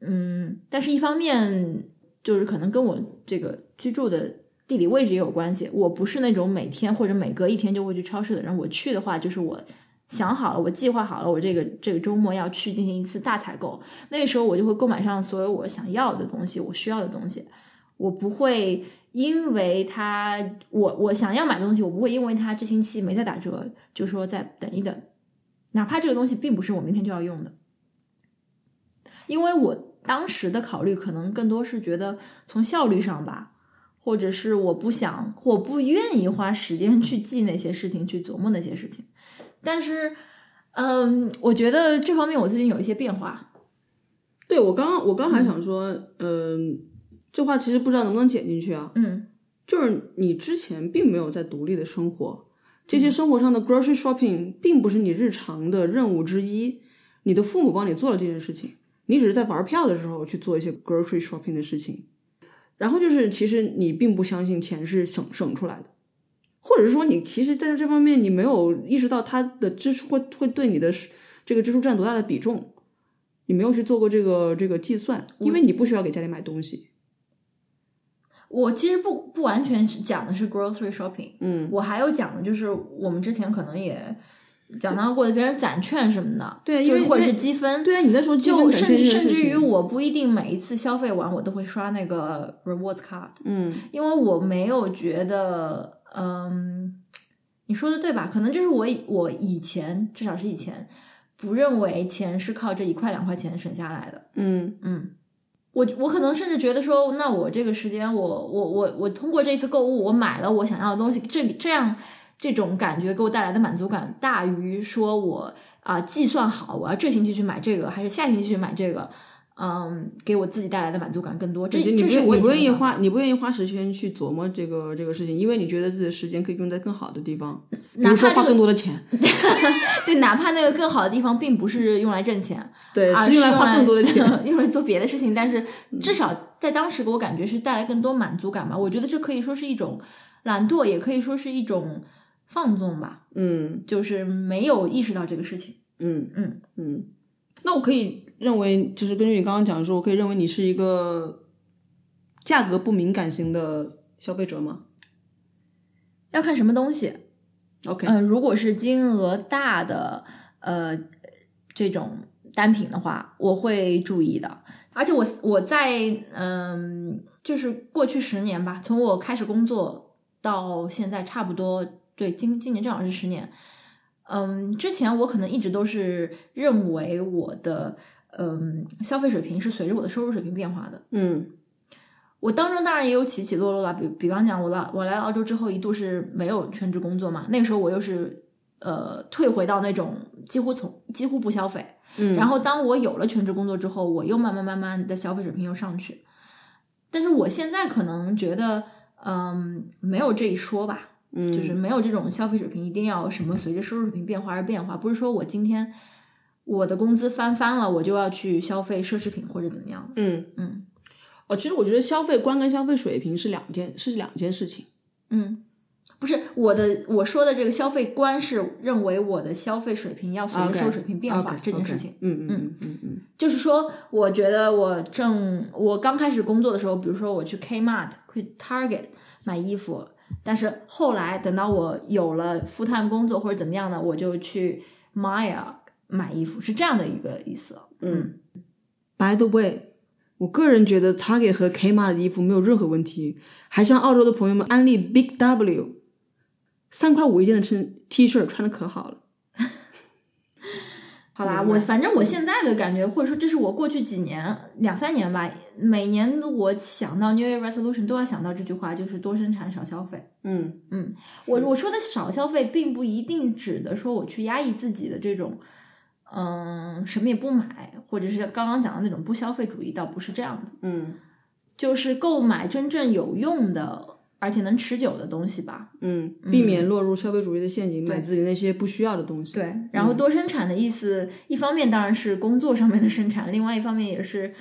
嗯，但是一方面就是可能跟我这个居住的地理位置也有关系。我不是那种每天或者每隔一天就会去超市的人，我去的话就是我想好了，我计划好了，我这个这个周末要去进行一次大采购。那个时候我就会购买上所有我想要的东西，我需要的东西。我不会因为它，我我想要买的东西，我不会因为它这星期没在打折，就说再等一等，哪怕这个东西并不是我明天就要用的。因为我当时的考虑可能更多是觉得从效率上吧，或者是我不想，我不愿意花时间去记那些事情，去琢磨那些事情。但是，嗯，我觉得这方面我最近有一些变化。对我刚刚我刚还想说，嗯、这话其实不知道能不能剪进去啊。嗯就是你之前并没有在独立的生活，这些生活上的 grocery shopping 并不是你日常的任务之一。你的父母帮你做了这件事情，你只是在玩票的时候去做一些 grocery shopping 的事情。然后就是，其实你并不相信钱是省省出来的，或者是说你其实在这方面你没有意识到它的支出会会对你的这个支出占多大的比重，你没有去做过这个这个计算，因为你不需要给家里买东西。我其实不不完全是讲的是 grocery shopping，嗯，我还有讲的就是我们之前可能也讲到过的，别人攒券什么的，对啊就因是为或者因是为积分，对啊，你那时候积就分攒甚钱至这件甚事至于情我不一定每一次消费完我都会刷那个 rewards card，嗯。因为我没有觉得，嗯，你说的对吧？可能就是我以我以前至少是以前不认为钱是靠这一块两块钱省下来的，嗯嗯，我我可能甚至觉得说，那我这个时间我，我我我通过这次购物，我买了我想要的东西，这这样这种感觉给我带来的满足感，大于说我啊、计算好我要这星期去买这个，还是下星期去买这个，嗯，给我自己带来的满足感更多。这就你这不是我你以不前愿意的想法花，你不愿意花时间去琢磨这个这个事情，因为你觉得自己的时间可以用在更好的地方，比哪如说怕花这更多的 钱，对，哪怕那个更好的地方并不是用来挣钱，对，而是用来花更多的 钱。，嗯用来做别的事情。但是至少在当时给我感觉是带来更多满足感吧。我觉得这可以说是一种懒惰，也可以说是一种放纵吧，嗯就是没有意识到这个事情。嗯嗯嗯。那我可以认为，就是根据你刚刚讲的说，我可以认为你是一个价格不敏感型的消费者吗要看什么东西， ？OK，嗯、如果是金额大的，呃，这种单品的话，我会注意的。而且我我在嗯、就是过去十年吧，从我开始工作到现在，差不多对今今年正好是十年。嗯，之前我可能一直都是认为我的嗯消费水平是随着我的收入水平变化的。嗯我当中当然也有起起落落啦，比比方讲，我来我来了澳洲之后，一度是没有全职工作嘛，那个时候我又是呃退回到那种几乎从几乎不消费，嗯，然后当我有了全职工作之后，我又慢慢慢慢的消费水平又上去，但是我现在可能觉得，嗯，没有这一说吧，嗯就是没有这种消费水平一定要什么随着收入水平变化而变化，不是说我今天我的工资翻番了，我就要去消费奢侈品或者怎么样的，嗯嗯哦，其实我觉得消费观跟消费水平是两件是两件事情。嗯。不是我的，我说的这个消费观是认为我的消费水平要随着 OK，收入水平变化 OK，这件 OK，事情。嗯嗯嗯嗯嗯就是说，我觉得我正我刚开始工作的时候，比如说我去 Kmart、去 Target 买衣服，但是后来等到我有了 full time 工作或者怎么样呢，我就去 Maya 买衣服，是这样的一个意思。嗯，By the way，我个人觉得 Target 和 Kmart 的衣服没有任何问题，还向澳洲的朋友们安利 Big W，三块五一件的衬 T 恤穿的可好了。好啦，明白我反正我现在的感觉，或者说这是我过去几年两三年吧，每年我想到 New Year Resolution 都要想到这句话，就是多生产少消费。嗯嗯，我是我说的少消费，并不一定指的说我去压抑自己的这种，嗯，什么也不买，或者是刚刚讲的那种不消费主义，倒不是这样的，嗯就是购买真正有用的，而且能持久的东西吧。嗯，嗯避免落入消费主义的陷阱，对买自己那些不需要的东西。对，然后多生产的意思，一方面当然是工作上面的生产，另外一方面也是，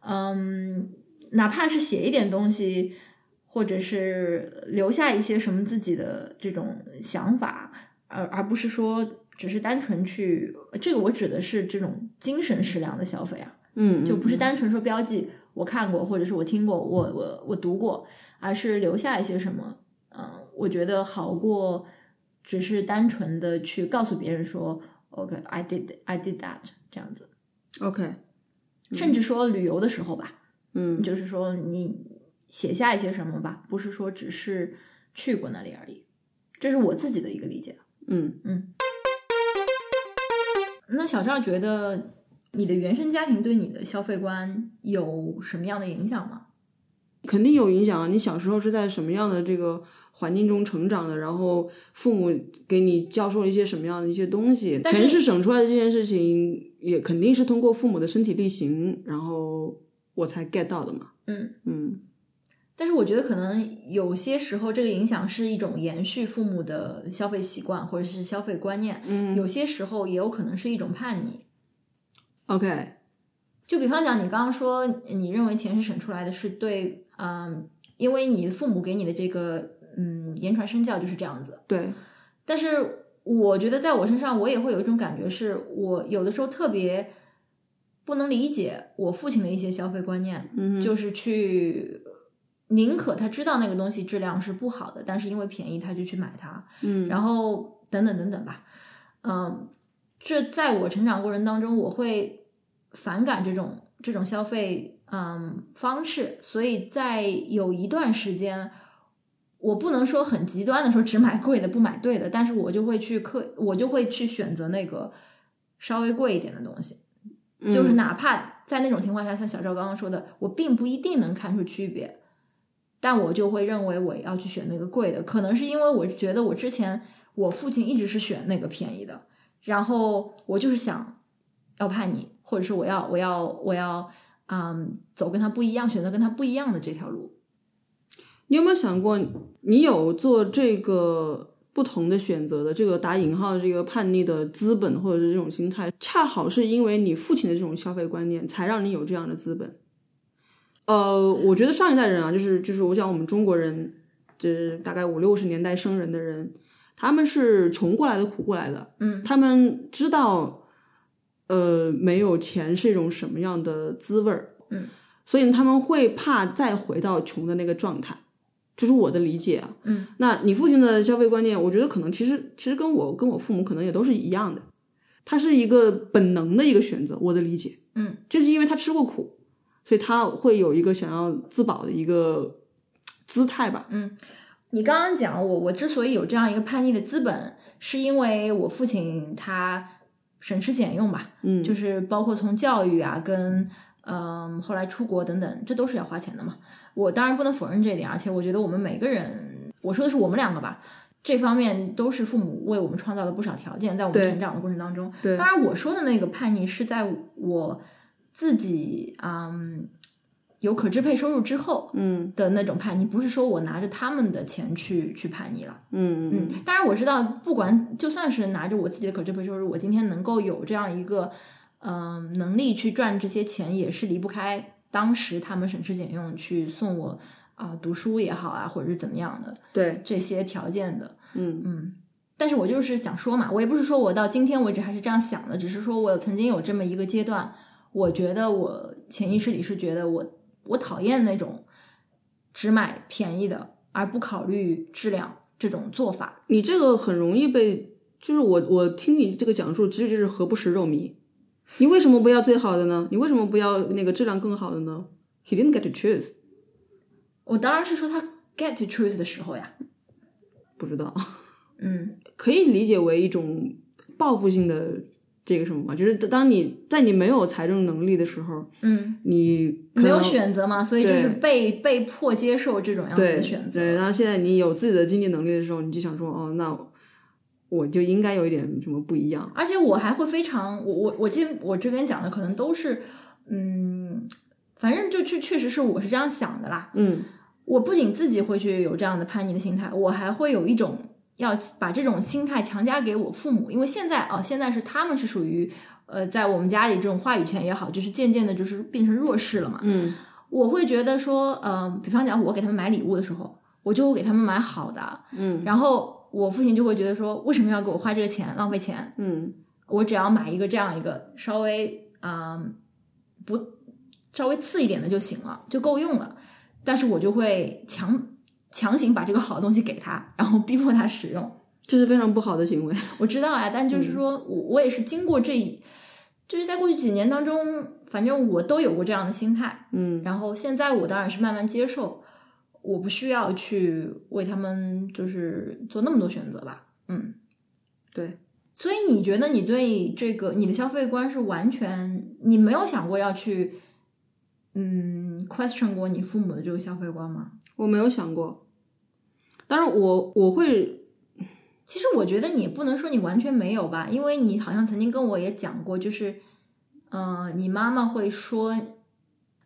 嗯，哪怕是写一点东西，或者是留下一些什么自己的这种想法，而而不是说只是单纯去这个，我指的是这种精神食粮的消费啊，嗯，就不是嗯单纯说标记我看过，或者是我听过，我我我读过，而是留下一些什么，嗯，我觉得好过只是单纯的去告诉别人说，OK，I、did I did that 这样子， OK，甚至说旅游的时候吧，嗯，就是说你写下一些什么吧，不是说只是去过那里而已。这是我自己的一个理解。嗯那小赵觉得你的原生家庭对你的消费观有什么样的影响吗？肯定有影响啊！你小时候是在什么样的这个环境中成长的？然后父母给你教授了一些什么样的一些东西？但是钱是省出来的这件事情，也肯定是通过父母的身体力行，然后我才 get 到的嘛。嗯，嗯但是我觉得可能有些时候这个影响是一种延续父母的消费习惯或者是消费观念，嗯有些时候也有可能是一种叛逆。 ，OK，就比方讲，你刚刚说你认为钱是省出来的，是对，嗯，因为你父母给你的这个，嗯，言传身教就是这样子。对，但是我觉得在我身上，我也会有一种感觉，是我有的时候特别不能理解我父亲的一些消费观念，嗯哼，就是去宁可他知道那个东西质量是不好的，但是因为便宜他就去买它，嗯，然后等等等等吧，嗯，这在我成长过程当中，我会反感这种这种消费嗯方式，所以在有一段时间，我不能说很极端的说只买贵的不买对的，但是我就会去克，我就会去选择那个稍微贵一点的东西，后就是哪怕在那种情况下，像小赵刚刚说的，我并不一定能看出区别，但我就会认为我要去选那个贵的，可能是因为我觉得我之前我父亲一直是选那个便宜的，然后我就是想要叛逆，或者是我要我要我要嗯走跟他不一样，选择跟他不一样的这条路。你有没有想过，你有做这个不同的选择的这个打引号的这个叛逆的资本或者是这种心态，恰好是因为你父亲的这种消费观念，才让你有这样的资本。呃，我觉得上一代人啊，就是就是，我想我们中国人，就是大概五六十年代生人的人，他们是穷过来的、苦过来的，嗯他们知道，呃，没有钱是一种什么样的滋味儿，嗯，所以他们会怕再回到穷的那个状态，这是我的理解啊。嗯，那你父亲的消费观念，我觉得可能其实其实跟我跟我父母可能也都是一样的，他是一个本能的一个选择，我的理解，嗯，就是因为他吃过苦，所以他会有一个想要自保的一个姿态吧。你刚刚讲我，我之所以有这样一个叛逆的资本，是因为我父亲他省吃俭用吧，嗯，就是是包括从教育啊，跟嗯后来出国等等，这都是要花钱的嘛。我当然不能否认这一点，而且我觉得我们每个人，我说的是我们两个吧，这方面都是父母为我们创造了不少条件，在我们对成长的过程当中。对当然我说的那个叛逆是在我自己嗯有可支配收入之后嗯的那种叛逆，不是说我拿着他们的钱去去叛逆了。嗯嗯，当然我知道，不管就算是拿着我自己的可支配收入，我今天能够有这样一个嗯、呃能力去赚这些钱，也是离不开当时他们省吃俭用去送我啊、读书也好啊，或者是怎么样的对，这些条件的。嗯嗯，但是我就是想说嘛，我也不是说我到今天为止还是这样想的，只是说我曾经有这么一个阶段，我觉得我潜意识里是觉得我我讨厌那种只买便宜的而不考虑质量这种做法。你这个很容易被，就是我我听你这个讲述，直接就是何不食肉糜。你为什么不要最好的呢？你为什么不要那个质量更好的呢？He didn't get to choose，我当然是说他 get to choose 的时候呀，不知道， 嗯可以理解为一种报复性的这个什么嘛，就是当你在你没有财政能力的时候，嗯，你可没有能选择嘛，所以就对是被被迫接受这种样子对的选对，择。然后现在你有自己的经济能力的时候，你就想说，哦，那我就应该有一点什么不一样。而且我还会非常，我我我这我这边讲的可能都是，嗯，反正就确确实是我是这样想的啦。嗯我不仅自己会去有这样的叛逆的心态，我还会有一种要把这种心态强加给我父母，因为现在哦，现在是他们是属于呃，在我们家里这种话语权也好，就是渐渐的就是变成弱势了嘛。嗯我会觉得说，嗯、比方讲我给他们买礼物的时候，我就给他们买好的，嗯然后我父亲就会觉得说，为什么要给我花这个钱，浪费钱？嗯我只要买一个这样一个稍微啊、嗯不稍微次一点的就行了，就够用了。但是我就会强强行把这个好东西给他，然后逼迫他使用。这是非常不好的行为。我知道呀、啊但就是说我我也是经过这一，就是在过去几年当中，反正我都有过这样的心态。嗯然后现在我当然是慢慢接受，我不需要去为他们就是做那么多选择吧。嗯，对。所以你觉得你对这个你的消费观是完全你没有想过要去嗯 question 过你父母的这个消费观吗？我没有想过，但是我我会，其实我觉得你不能说你完全没有吧，因为你好像曾经跟我也讲过，就是，呃，你妈妈会说，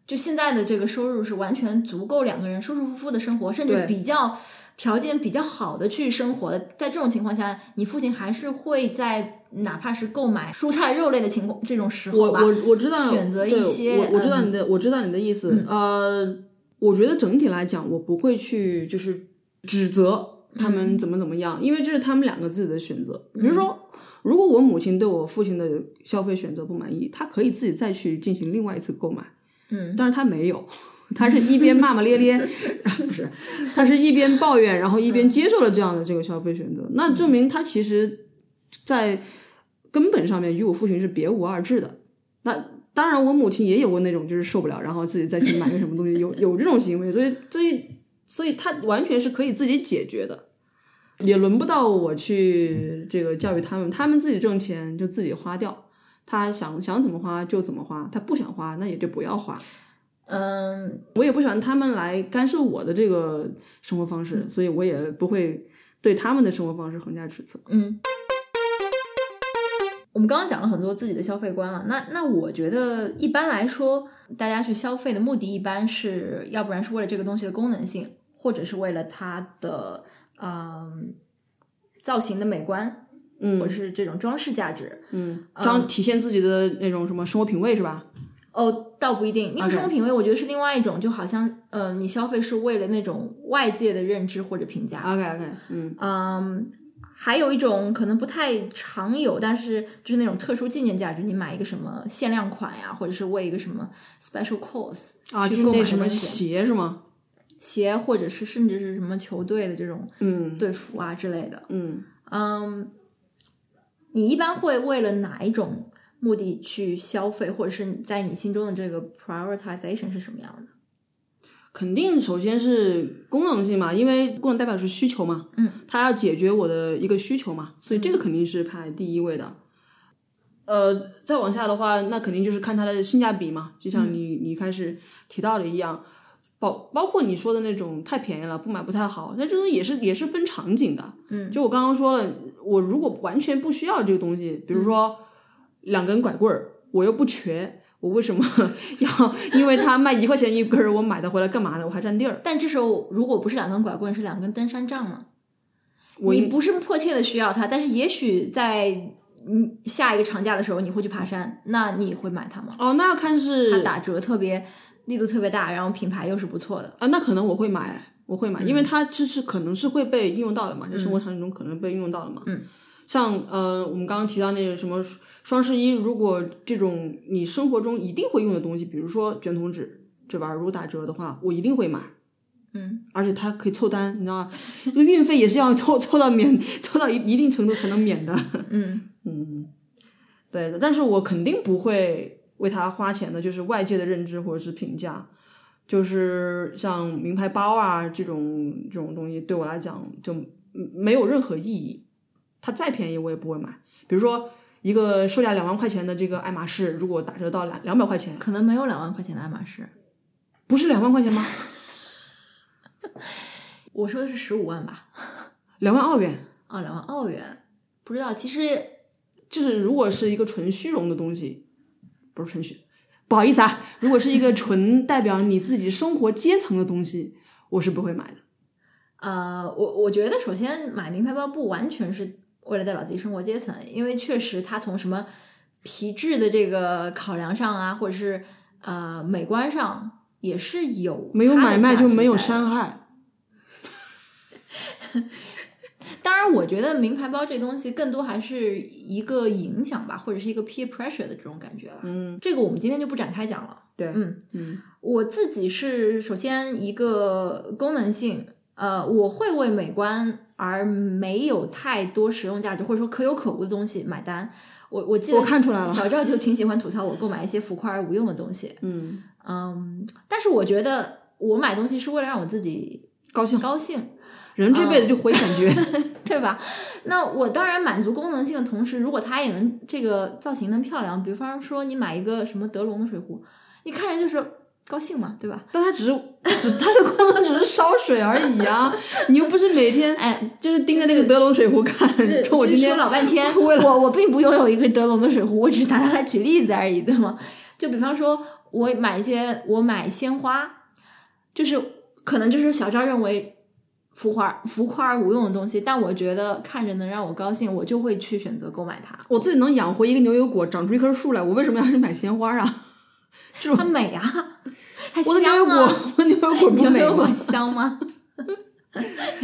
就现在的这个收入是完全足够两个人舒舒服服的生活，甚至对比较条件比较好的去生活的。在这种情况下，你父亲还是会在哪怕是购买蔬菜肉类的情况这种时我候吧，我我知道选择一对些我我知道嗯你的、我知道你的意思。呃，我觉得整体来讲，我不会去就是指责他嗯们怎么怎么样，因为这是他们两个自己的选择。比如说，如果我母亲对我父亲的消费选择不满意，她可以自己再去进行另外一次购买。嗯，但是他没有，他是一边骂骂咧 咧，不是，他是一边抱怨，然后一边接受了这样的这个消费选择，那证明他其实，在根本上面与我父亲是别无二致的。那当然，我母亲也有过那种就是受不了，然后自己再去买个什么东西，有有这种行为，所以所以所以他完全是可以自己解决的。也轮不到我去这个教育他们，他们自己挣钱就自己花掉，他想想怎么花就怎么花，他不想花那也就不要花。嗯，我也不喜欢他们来干涉我的这个生活方嗯式，所以我也不会对他们的生活方式横加指责。嗯，我们刚刚讲了很多自己的消费观了，那那我觉得一般来说，大家去消费的目的一般是要不然是为了这个东西的功能性，或者是为了它的嗯、造型的美观，或嗯者是这种装饰价值。嗯，当体现自己的那种什么生活品味是吧？哦，倒不一定，那个 OK 生活品味我觉得是另外一种，就好像呃，你消费是为了那种外界的认知或者评价。 ？OK OK，嗯嗯，还有一种可能不太常有，但是就是那种特殊纪念价值，你买一个什么限量款呀，或者是为一个什么 special cause 啊，就去是购买那的什么东西鞋是吗？鞋，或者是甚至是什么球队的这种嗯，，队服啊之类的。嗯，嗯，你一般会为了哪一种目的去消费，或者是你在你心中的这个 prioritization 是什么样的？肯定首先是功能性嘛，因为功能代表是需求嘛，嗯，它要解决我的一个需求嘛，所以这个肯定是排第一位的。呃，再往下的话，那肯定就是看它的性价比嘛，就像你你开始提到的一样，包包括你说的那种太便宜了不买不太好，那这东西也是也是分场景的。嗯就我刚刚说了，我如果完全不需要这个东西，嗯比如说两根拐棍儿，我又不瘸，我为什么 要因为它卖一块钱一根儿，我买它回来干嘛呢？我还占地儿。但这时候如果不是两根拐棍，是两根登山杖吗？我你不是迫切的需要它，但是也许在嗯下一个长假的时候你会去爬山，那你会买它吗？哦，那要看它是打折特别力度特别大，然后品牌又是不错的。啊，那可能我会买，我会买，嗯因为它就是可能是会被应用到的嘛，在生活场景中可能被应用到的嘛。嗯，像呃，我们刚刚提到那个什么双双十一，如果这种你生活中一定会用的东西，比如说卷筒纸这玩意儿，如果打折的话，我一定会买。嗯，而且它可以凑单，你知道吗？这个运费也是要凑凑到免，凑到一一定程度才能免的。 嗯嗯，对，但是我肯定不会为它花钱的，就是外界的认知或者是评价，就是像名牌包啊这种这种东西，对我来讲就没有任何意义。它再便宜我也不会买。比如说一个售价两万块钱的这个爱马仕，如果打折到两两百块钱，可能没有两万块钱的爱马仕，不是两万块钱吗？我说的是十五万吧？两万澳元。啊、两万澳元，不知道。其实就是如果是一个纯虚荣的东西，不是纯虚，不好意思啊，如果是一个纯代表你自己生活阶层的东西，我是不会买的。呃，我我觉得首先买名牌包不完全是为了代表自己生活阶层，因为确实它从什么皮质的这个考量上啊，或者是呃美观上，也是有没有它的买卖价就值没有在的伤害。当然，我觉得名牌包这东西更多还是一个影响吧，或者是一个 peer pressure 的这种感觉吧。嗯，这个我们今天就不展开讲了。对，嗯，嗯我自己是首先一个功能性，呃，我会为美观而没有太多实用价值或者说可有可无的东西买单。我我记得我看出来了小赵就挺喜欢吐槽我购买一些浮夸而无用的东西。嗯，嗯，但是我觉得我买东西是为了让我自己高兴，高兴。 人这嗯辈子就回感觉。对吧？那我当然满足功能性的同时，如果它也能这个造型能漂亮，比方说你买一个什么德龙的水壶，你看着就是高兴嘛，对吧？但它只是只它的功能只是烧水而已啊！你又不是每天哎，就是盯着那个德龙水壶看。是说 我今是天说老半天，我我并不拥有一个德龙的水壶，我只是拿它来举例子而已，对吗？就比方说，我买一些，我买鲜花，就是可能就是小赵认为浮夸浮夸而无用的东西，但我觉得看着能让我高兴，我就会去选择购买它。我自己能养活一个牛油果，长出一棵树来，我为什么要去买鲜 花啊？这它种美 啊，它我的牛油香啊果，我的牛油果不牛美油果吗？香吗？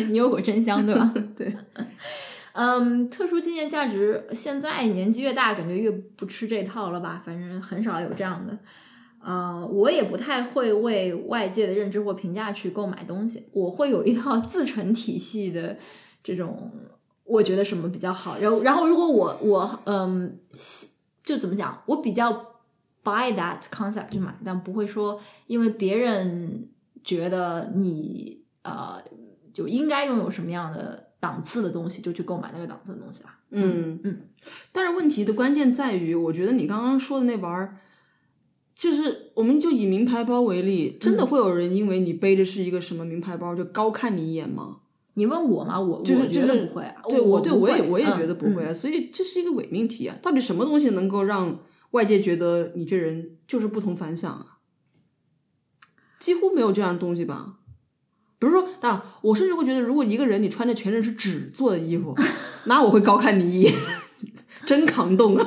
牛油果真香，对吧？ 对，嗯，特殊纪念价值，现在年纪越大，感觉越不吃这套了吧？反正很少有这样的。呃，我也不太会为外界的认知或评价去购买东西，我会有一套自成体系的这种，我觉得什么比较好。然后，然后如果我我嗯，喜就怎么讲，我比较 buy that concept 去买，但不会说因为别人觉得你呃就应该拥有什么样的档次的东西，就去购买那个档次的东西啦。嗯嗯。但是问题的关键在于，我觉得你刚刚说的那玩意儿，就是我们就以名牌包为例，真的会有人因为你背的是一个什么名牌包就高看你一眼吗？你问我吗？我就是我就觉是得不会啊，对我对不我也会我也嗯觉得不会嗯啊，所以这是一个伪命题啊。到底什么东西能够让外界觉得你这人就是不同凡响啊？几乎没有这样的东西吧。比如说，当然，我甚至会觉得，如果一个人你穿的全身是纸做的衣服，那我会高看你一眼， 真抗冻啊！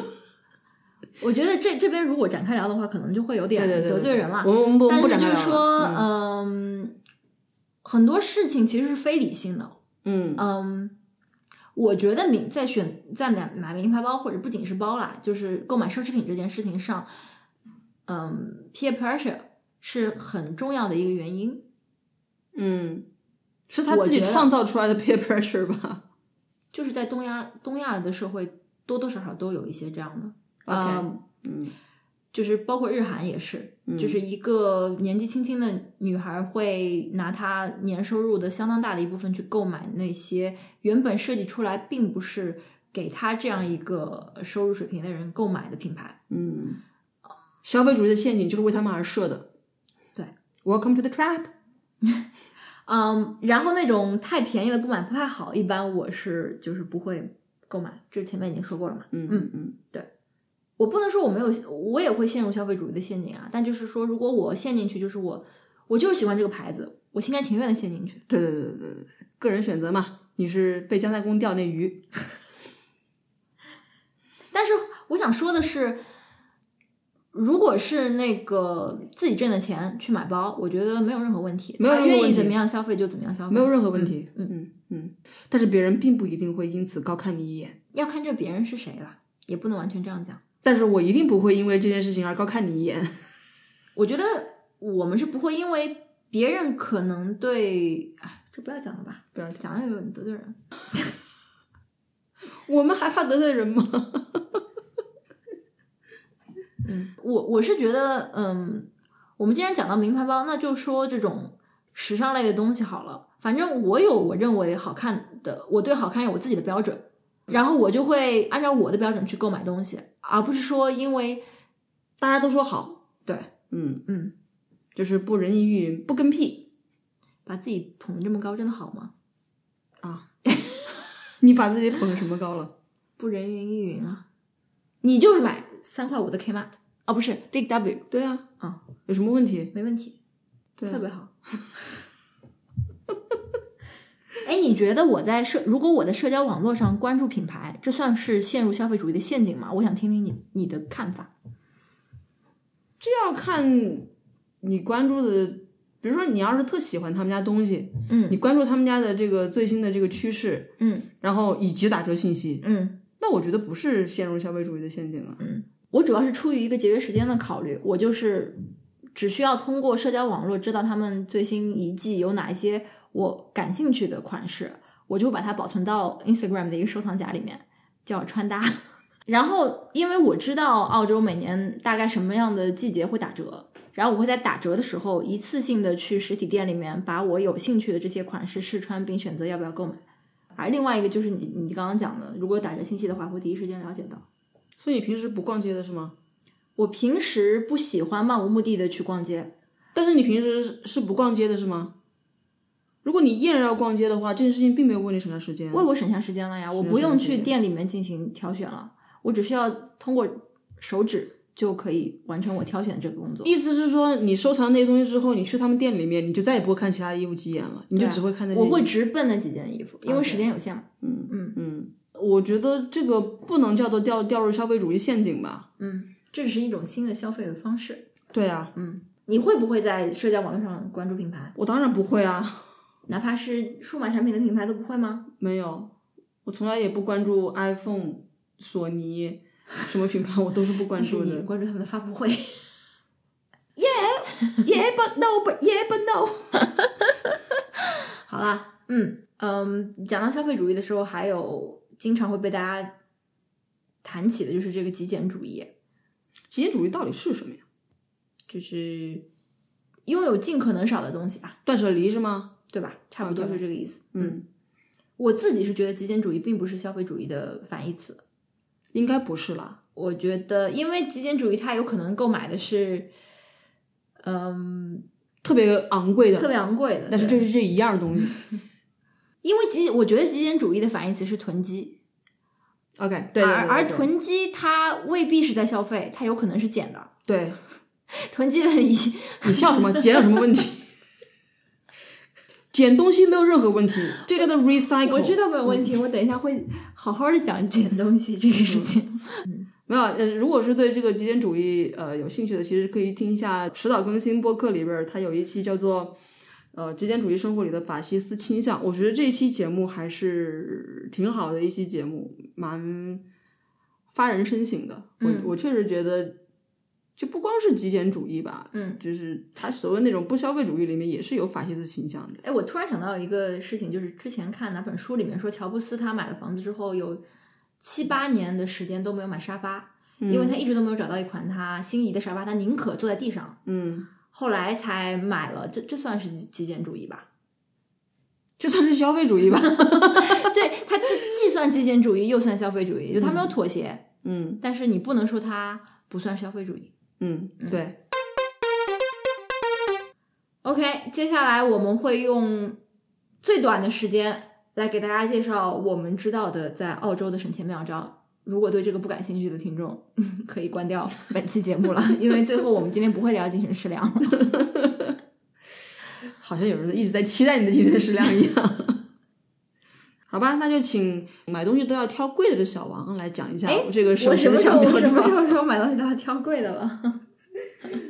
我觉得这这边如果展开聊的话，可能就会有点对对对，得对罪人了。我们我们不我们但不是展开就是聊说，了啊嗯，很多事情其实是非理性的。嗯嗯，我觉得名在选在买买名牌包或者不仅是包啦，就是购买奢侈品这件事情上，嗯，peer pressure 是很重要的一个原因。嗯，是他我自己觉得创造出来的 peer pressure 吧就是在东亚东亚的社会，多多少少都有一些这样的， ？OK，嗯，嗯就是包括日韩也是，嗯就是一个年纪轻轻的女孩会拿她年收入的相当大的一部分去购买那些原本设计出来并不是给她这样一个收入水平的人购买的品牌。嗯，消费主义的陷阱就是为他们而设的。对，Welcome to the trap。嗯，然后那种太便宜的不买不太好，一般我是就是不会购买，这前面已经说过了嘛。嗯嗯嗯我不能说我没有，我也会陷入消费主义的陷阱啊，但就是说，如果我陷进去，就是我我就是喜欢这个牌子，我心甘情愿的陷进去。对对对对对对，个人选择嘛。你是被姜太公钓那鱼，但是我想说的是，如果是那个自己挣的钱去买包，我觉得没有任何问题，没有任他何愿问意题怎么样消费就怎么样消费，没有任何问题。嗯嗯嗯，但是别人并不一定会因此高看你一眼。要看这别人是谁啦，也不能完全这样讲。但是我一定不会因为这件事情而高看你一眼。 我觉得我们是不会因为别人可能对，哎，这不要讲了吧，不要这样，讲了有点得罪人。我们还怕得罪人吗？嗯，我我是觉得，嗯，我们既然讲到名牌包，那就说这种时尚类的东西好了。反正我有我认为好看的，我对好看有我自己的标准，然后我就会按照我的标准去购买东西，而不是说因为大家都说好，对，嗯，嗯，就是不人云亦云，不跟屁把自己捧得这么高，真的好吗？啊。你把自己捧得什么高了？不人云亦云啊！你就是买三块五的 Kmart 哦，不是 Big W，对啊，啊，有什么问题？没问题，对啊特别好。 哎，你觉得我在社，如果我在社交网络上关注品牌，这算是陷入消费主义的陷阱吗？我想听听你你的看法。这要看你关注的，比如说你要是特喜欢他们家东西，嗯你关注他们家的这个最新的这个趋势，嗯然后以及打折信息，嗯，那我觉得不是陷入消费主义的陷阱了。我主要是出于一个节约时间的考虑，我就是只需要通过社交网络知道他们最新一季有哪一些我感兴趣的款式，我就把它保存到 Instagram 的一个收藏夹里面，叫穿搭。 然后，因为我知道澳洲每年大概什么样的季节会打折，然后我会在打折的时候一次性的去实体店里面把我有兴趣的这些款式试穿，并选择要不要购买。而另外一个就是你你刚刚讲的，如果有打折信息的话，会第一时间了解到。所以你平时不逛街的是吗？我平时不喜欢漫无目的的去逛街，但是你平时是是不逛街的是吗？如果你依然要逛街的话，这件事情并没有为你省下时间啊。为我省下时间了呀，我不用去店里面进行挑选了，我只需要通过手指就可以完成我挑选这个工作。意思是说，你收藏那些东西之后，你去他们店里面，你就再也不会看其他衣服几眼了，你就对啊只会看那些。我会直奔那几件衣服，因为 OK 时间有限嘛。嗯嗯嗯，我觉得这个不能叫做掉掉入消费主义陷阱吧？嗯，这只是一种新的消费方式。对啊，嗯，你会不会在社交网络上关注品牌，我当然不会啊， 哪怕是数码产品的品牌都不会吗？没有，我从来也不关注 iPhone、索尼什么品牌，我都是不关但是注你 的。关注他们的发布会， yeah, but no, but yeah, but no。 好啦，嗯嗯，讲到消费主义的时候，还有经常会被大家谈起的就是这个极简主义，极简主义到底是什么呀？就是拥有尽可能少的东西吧，断舍离是吗？对吧？差不多是这个意思。嗯，嗯，我自己是觉得义极简主义并不是消费主义的反义词，应该不是啦。我觉得因为极简主义它有可能购买的是，嗯，特别昂贵的，特别昂贵的，但是对这是这一样东西。因为极，我觉得极简主义的反义词是囤积， OK，对对对而而对对囤积它未必是在消费，它有可能是减的。对囤积了一，你笑什么？捡有什么问题？ 捡东西没有任何问题，这叫做 recycle。我知道嗯没有问题，我等一下会好好的讲捡东西这个事情。没有，呃，如果是对这个极简主义呃有兴趣的，其实可以听一下迟早更新播客里边儿，它有一期叫做呃极简主义生活里的法西斯倾向。我觉得这一期节目还是挺好的一期节目，蛮发人深省的。我、嗯我确实觉得，就不光是极简主义吧，嗯，就是它所谓那种不消费主义里面也是有法西斯倾向的。哎，我突然想到一个事情，就是之前看哪本书里面说，乔布斯他买了房子之后有七八年的时间都没有买沙发，嗯因为他一直都没有找到一款他心仪的沙发，他宁可坐在地上。嗯，后来才买了，这这算是极极简主义吧？就算是消费主义吧。 对他这既算极简主义又算消费主义，就他没有妥协，嗯但是你不能说他不算消费主义。嗯，对， OK，接下来我们会用最短的时间来给大家介绍我们知道的在澳洲的省钱妙招。如果对这个不感兴趣的听众， 可以关掉本期节目了，因为最后我们今天不会聊精神食粮了。好像有人一直在期待你的精神食粮一样。好吧，那就请买东西都要挑贵的这小王来讲一下哎这个 省我什钱么的时小候妙我什么时招。候说买东西都要挑贵的了？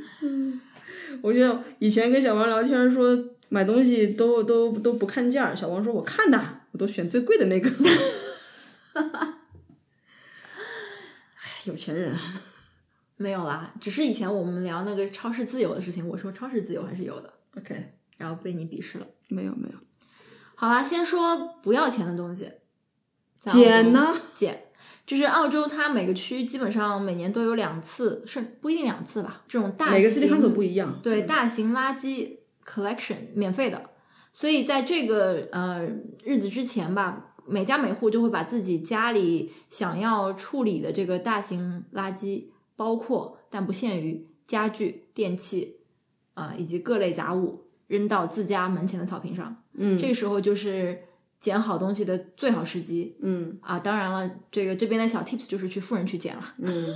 我就以前跟小王聊天说买东西都都都不看价儿，小王说我看的，我都选最贵的那个。哎有钱人，没有啦，只是以前我们聊那个超市自由的事情，我说超市自由还是有的， OK，然后被你鄙视了。没有没有，好啦，先说不要钱的东西，在澳洲减呢？减。就是澳洲，它每个区基本上每年都有两次，是不一定两次吧？这种大每个 city 型 council 不一样，嗯对大型垃圾 collection 免费的，所以在这个呃日子之前吧，每家每户就会把自己家里想要处理的这个大型垃圾，包括但不限于家具、电器啊、以及各类杂物，扔到自家门前的草坪上。嗯这个时候就是捡好东西的最好时机。嗯啊，当然了，这个这边的小 tips 就是去富人区捡了。嗯，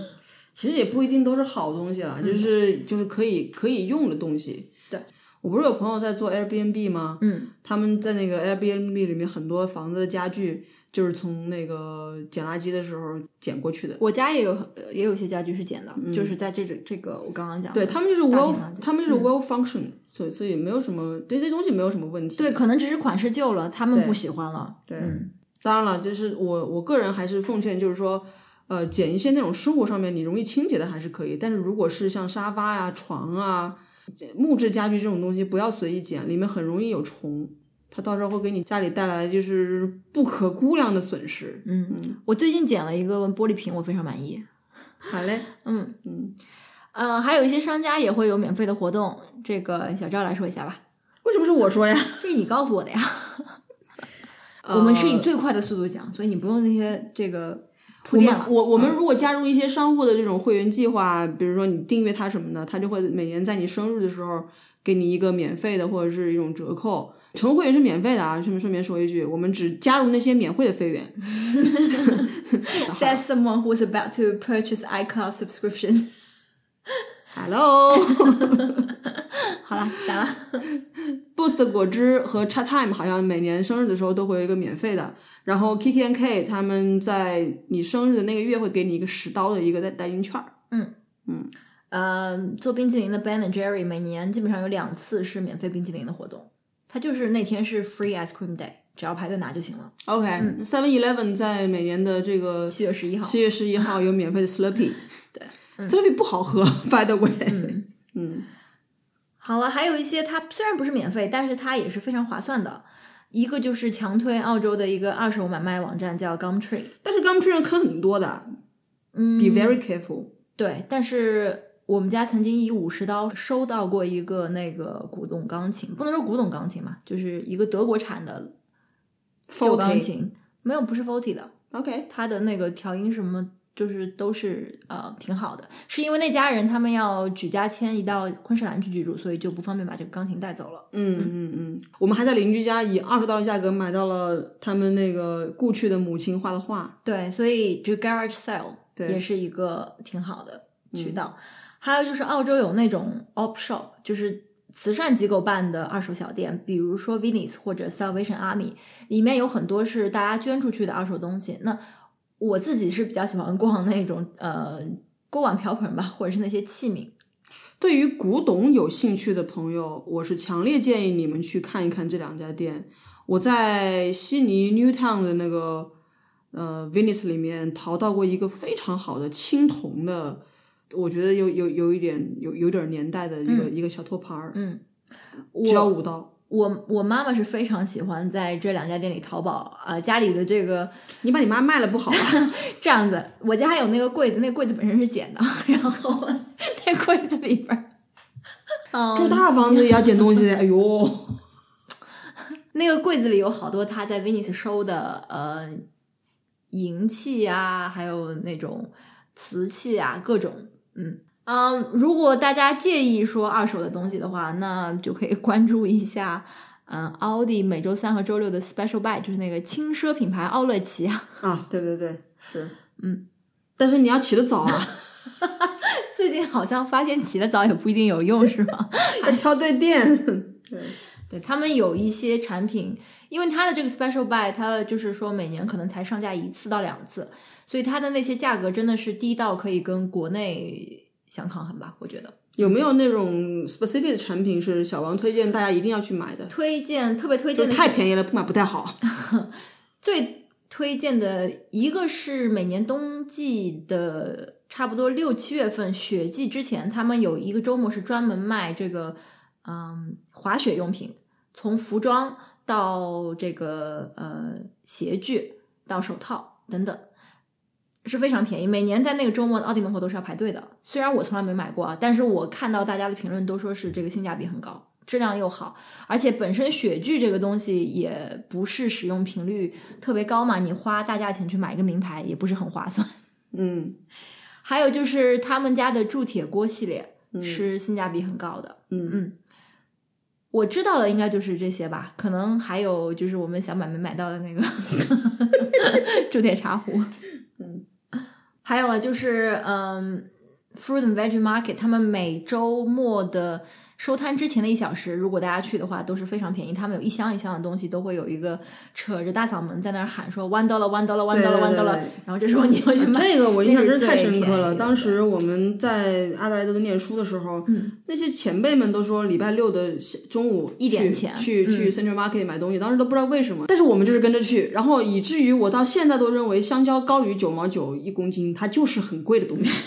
其实也不一定都是好东西啦，就是就是可以可以用的东西。嗯对，我不是有朋友在做 Airbnb 吗？嗯他们在那个 Airbnb 里面很多房子的家具就是从那个捡垃圾的时候捡过去的。我家也有呃也有一些家具是捡的，就是在这种这个我刚刚讲的嗯对他们就是 well，大型垃圾嗯他们就是 well function，、所以所以没有什么对这东西没有什么问题。对，可能只是款式旧了，他们对不喜欢了。对嗯当然了，就是我我个人还是奉劝，就是说，呃，捡一些那种生活上面你容易清洁的还是可以，但是如果是像沙发呀、床啊、这木质家具这种东西，不要随意捡，里面很容易有虫，它到时候会给你家里带来就是不可估量的损失。嗯，我最近捡了一个玻璃瓶，我非常满意。好嘞，嗯嗯，呃，还有一些商家也会有免费的活动，这个小赵来说一下吧，为什么是我说呀？这是你告诉我的呀。我们是以呃最快的速度讲，所以你不用那些这个铺我垫们了。嗯我我们如果加入一些商户的这种会员计划，比如说你订阅它什么的，它就会每年在你生日的时候给你一个免费的或者是一种折扣。成为会员是免费的啊，顺便顺便说一句，我们只加入那些免费的会员。 Says someone who's about to purchase iCloud subscription。 Hello 好了，讲了。 Boost 的果汁和 Chat Time 好像每年生日的时候都会有一个免费的，然后 Kiki and K 他们在你生日的那个月会给你一个十刀的一个代代金券儿。呃，做冰淇淋的 Ben and Jerry 每年基本上有两次是免费冰淇淋的活动，它就是那天是 Free Ice Cream Day，只要排队拿就行 了。 OK，Seven、Eleven 在每年的这个嗯七月十一号，七月十一号有免费的 Slurpee， 对、 s l u r p e e 不好喝，by the way，嗯，嗯好了，还有一些它虽然不是免费，但是它也是非常划算的。一个就是强推澳洲的一个二手买卖网站叫 Gumtree，但是 Gumtree 上坑很多的嗯，be very careful。对，但是我们家曾经以五十刀收到过一个那个古董钢琴，不能说古董钢琴嘛，就是一个德国产的旧钢 Faulty 琴，没有不是 Forty 的， OK，它的那个调音什么。就是都是呃挺好的，是因为那家人他们要举家迁移到昆士兰去居住，所以就不方便把这个钢琴带走了。嗯嗯嗯，我们还在邻居家以二十刀的价格买到了他们那个故去的母亲画的画。对，所以这 garage sale 对嗯也是一个挺好的渠道。还有就是澳洲有那种 op shop，就是慈善机构办的二手小店，比如说 Venice 或者 Salvation Army，里面有很多是大家捐出去的二手东西。那我自己是比较喜欢逛那种呃锅碗瓢盆吧，或者是那些器皿。对于古董有兴趣的朋友，我是强烈建议你们去看一看这两家店。我在悉尼 Newtown 的那个呃 Venice 里面淘到过一个非常好的青铜的，我觉得有有有一点有有点年代的一个、一个小托盘儿，嗯，只要我五刀。我我妈妈是非常喜欢在这两家店里淘宝啊、家里的这个你把你妈卖了不好啊 吧？这样子，我家还有那个柜子，那个柜子本身是捡的， 然后那柜子里边儿，嗯，住大房子也要捡东西的，哎呦，那个柜子里有好多他在 Venice 收的，呃，银器啊，还有那种瓷器啊，各种，嗯嗯，如果大家介意说二手的东西的话，那就可以关注一下。嗯，奥迪每周三和周六的 Special Buy 就是那个轻奢品牌奥乐奇啊， 啊，对对对，是，嗯，但是你要起得早 啊，最近好像发现起得早也不一定有用，是吗？要挑对店。对他们有一些产品，因为它的这个 special buy，它就是说每年可能才上架一次到两次，所以它的那些价格真的是低到可以跟国内相抗衡吧？我觉得有没有那种 specific 的产品是小王推荐大家一定要去买的？推荐特别推就荐的是太便宜了，不买不太好。最推荐的一个是每年冬季的差不多六七月份雪季之前，他们有一个周末是专门卖这个嗯滑雪用品，从服装到这个呃鞋具到手套等等。是非常便宜，每年在那个周末的奥地门口都是要排队的。虽然我从来没买过啊，但是我看到大家的评论都说是这个性价比很高，质量又好，而且本身雪具这个东西也不是使用频率特别高嘛，你花大价钱去买一个名牌也不是很划算。 嗯还有就是他们家的铸铁锅系列嗯是性价比很高的，嗯，嗯，我知道的应该就是这些吧，可能还有就是我们小买没买到的那 个铸铁茶壶，嗯， 还有啊，就是嗯，Fruit and Veggie Market 他们每周末的收摊之前的一小时，如果大家去的话，都是非常便宜。他们有一箱一箱的东西，都会有一个扯着大嗓门在那儿喊说 “one dollar, one dollar, one 对 dollar, 对 one 对啊 dollar”，然后这时候你要去买。这个我印象真是太深那是最嗯刻便宜了。的当时我们在阿德莱德念书的时候，那些前辈们都说礼拜六的下中午一点嗯去前去去 Central Market 买东西，当时都不知道为什么，但是我们就是跟着去，然后以至于我到现在都认为香蕉高于九毛九一公斤，它就是很贵的东 西，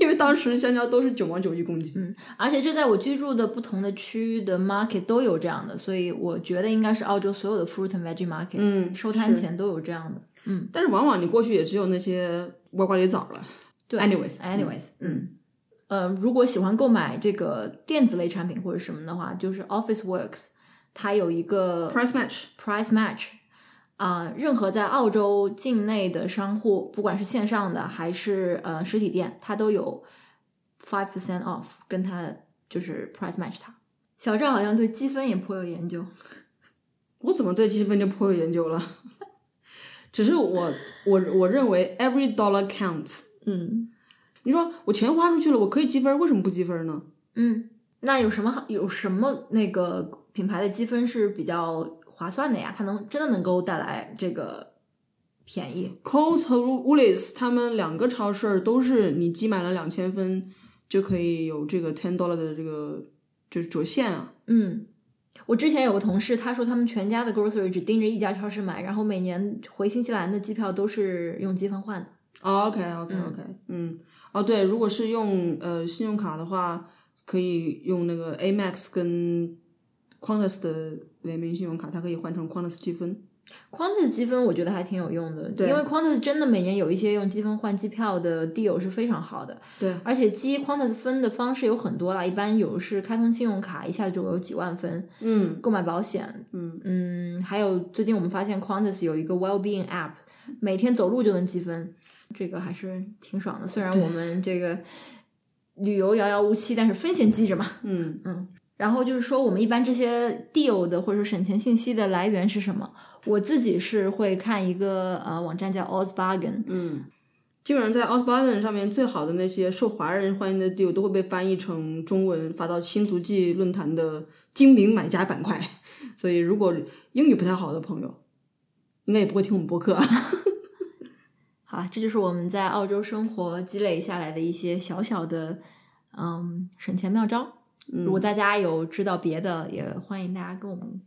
因为当时香蕉都是九毛九一公斤。嗯，而且这在我居住的不同的区域的 market 都有这样的，所以我觉得应该是澳洲所有的 fruit and veggie market，、嗯，收摊是前都有这样的。嗯但是往往你过去也只有那些歪瓜裂枣了。对 Anyways， ，anyways，嗯，呃，如果喜欢购买这个电子类产品或者什么的话，就是 Office Works，它有一个 price match， price match 啊、任何在澳洲境内的商户，不管是线上的还是呃实体店，它都有 five percent off，跟它就是 price match 它。小赵好像对积分也颇有研究，我怎么对积分就颇有研究了？ 只是我我我认为 every dollar counts。嗯你说我钱花出去了，我可以积分，为什么不积分呢？嗯，那有什么好有什么那个品牌的积分是比较划算的呀？它能真的能够带来这个便宜？ Coles 和 Woolies 他们两个超市都是你积满了两千分就可以有这个 ten dollar 的这个就是折现啊。嗯，我之前有个同事，他说他们全家的 grocery 只盯着一家超市买，然后每年回新西兰的机票都是用积分换的。哦 OK OK OK，嗯，哦对，如果是用呃信用卡的话，可以用那个 Amex 跟 Qantas 的联名信用卡，它可以换成 Qantas 积分。 Qantas 积分我觉得还挺有用的，对因为 Qantas 真的每年有一些用积分换机票的 deal 是非常好的，对，而且积 Qantas 分的方式有很多啦，一般有是开通信用卡，一下就有几万分，嗯购买保险，嗯，嗯，还有最近我们发现 Qantas 有一个 Wellbeing App，每天走路就能积分，这个还是挺爽的。虽然我们这个旅游遥遥无期，但是风险记着嘛。嗯然后就是说，我们一般这些 deal 的或者说省钱信息的来源是什么？我自己是会看一个呃网站叫 Oz Bargain，嗯，基本上在 o s b a r n 上面最好的那些受华人欢迎的 deal 都会被翻译成中文发到新足迹论坛的精明买家板块，所以如果英语不太好的朋友，应该也不会听我们播客啊。 好吧，这就是我们在澳洲生活积累下来的一些小小的嗯省钱妙招。嗯如果大家有知道别的，也欢迎大家跟我们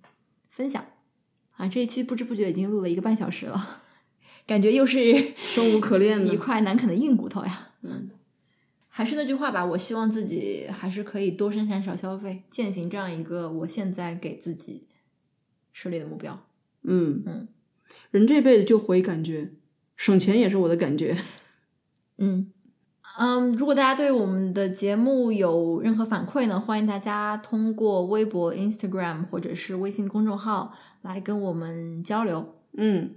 分享。啊，这一期不知不觉已经录了一个半小时了， 感觉又是生无可恋呢一块难啃的硬骨头呀。嗯， 还是那句话吧，我希望自己还是可以多生产少消费，践行这样一个我现在给自己设立的目标。嗯嗯，人这辈子就活一感觉，省钱也是我的感觉。嗯嗯，如果大家对我们的节目有任何反馈呢，欢迎大家通过微博、Instagram 或者是微信公众号来跟我们交流。嗯，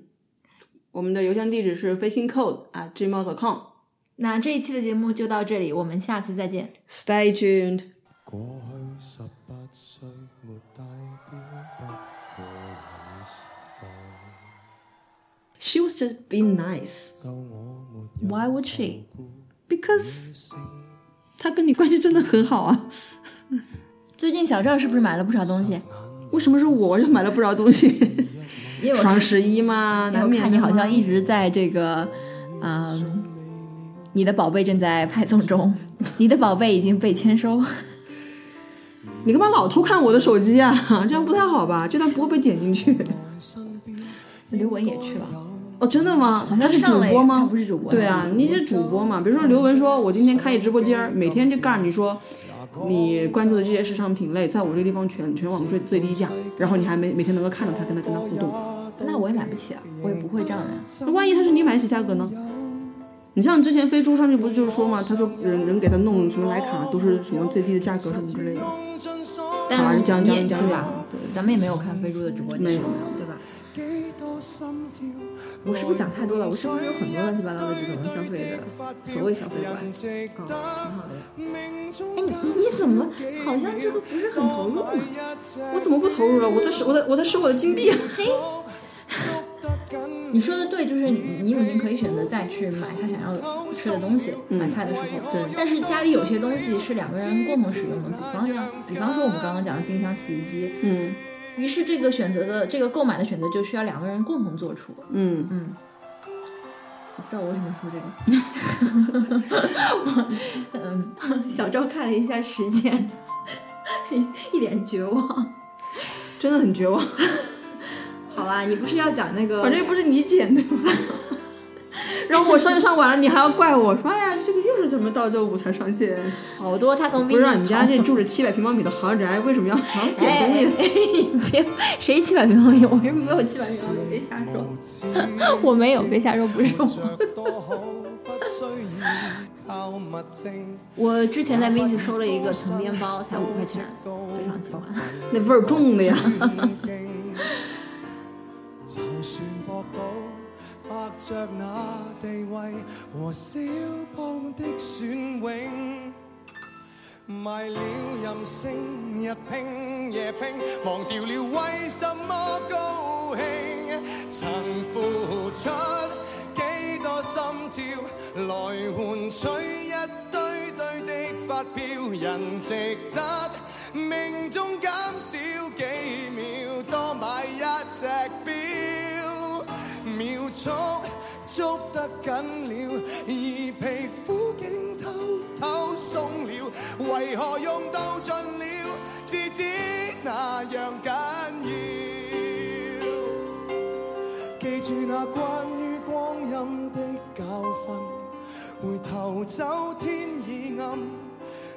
我们的邮箱地址是 fakingcode 啊 at gmail.com。那这一期的节目就到这里，我们下次再见。 Stay tuned。過去十八歲沒帶表，不過有時間 She was just being nice 夠我沒 Why 有 would she？故 because 性她跟你关系真的很好啊。最近小赵是不是买了不少东西？为什么是我？我就买了不少东西。 因为我双十一嘛，因为难哎我免看你的嘛好像一直在这个，嗯，你的宝贝正在派送中，你的宝贝已经被签收。你干嘛老偷看我的手机啊？ 这样不太好吧？这段不会被剪进去。刘雯也去了，哦，真的吗？像他是主上了哎播他吗？不是主播对啊，你是主播嘛？比如说刘雯说，我今天开一直播间儿，每天就告诉你说，你关注的这些时尚品类，在我这个地方全全网最最低价，然后你还每每天能够看到他，跟他跟他互动。那我也买不起啊，我也不会这样的啊。那万一他是你买得起价格呢？你像之前飞猪上去不是就是说嘛，他说人人给他弄什么徕卡都是什么最低的价格什么之类的。但是好讲你也讲讲对吧对？咱们也没有看飞猪的直播间，没有没对吧？幾多心跳，我是不是讲太多了？我是不是有很多乱七八糟的这种消费的所谓消费观？人值得命中哎，你你怎么好像这个不是很投入嘛？一切我怎么不投入了？我在使我在我在使我的金币啊！捉得緊你说的对，就是你女可以选择再去买她想要吃的东西，买菜的时候。对但是家里有些东西是两个人共同使用的，比方讲，比方说我们刚刚讲的冰箱、洗衣机，嗯于是这个选择的这个购买的选择就需要两个人共同做出。嗯，嗯，我不知道我为什么说这 个。我嗯，小周看了一下时间， 一一脸绝望。真的很绝望。好啦，你不是要讲那个？反正又不是你剪对吧？ 然后我上就上晚了，你还要怪我说，哎呀，这个又是怎么到周五才上线？好多他从不知道你们家这这住着七百平方米的豪宅，为什么要老哎，剪东西？你别，谁七百平方米？我又没有七百平方米，别瞎说。我没有，别瞎说，不是我。我之前在 Vinci 收了一个藤编包，才五块钱，非常喜欢。那味儿重的呀！就算搏到伯爵那地位和肖邦的隽永，卖了任性，日拼夜拼，忘掉了為什麼高興。曾付出幾多心跳，來換取一堆堆的發票，人值得命中減少幾秒，多買一隻表。秒速捉得緊了，而皮膚竟偷偷鬆了。為何用到盡了，至知那樣緊要？記住那關於光陰的教訓，回頭走天已暗。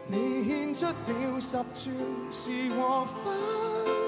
你獻出了十轉，是和分。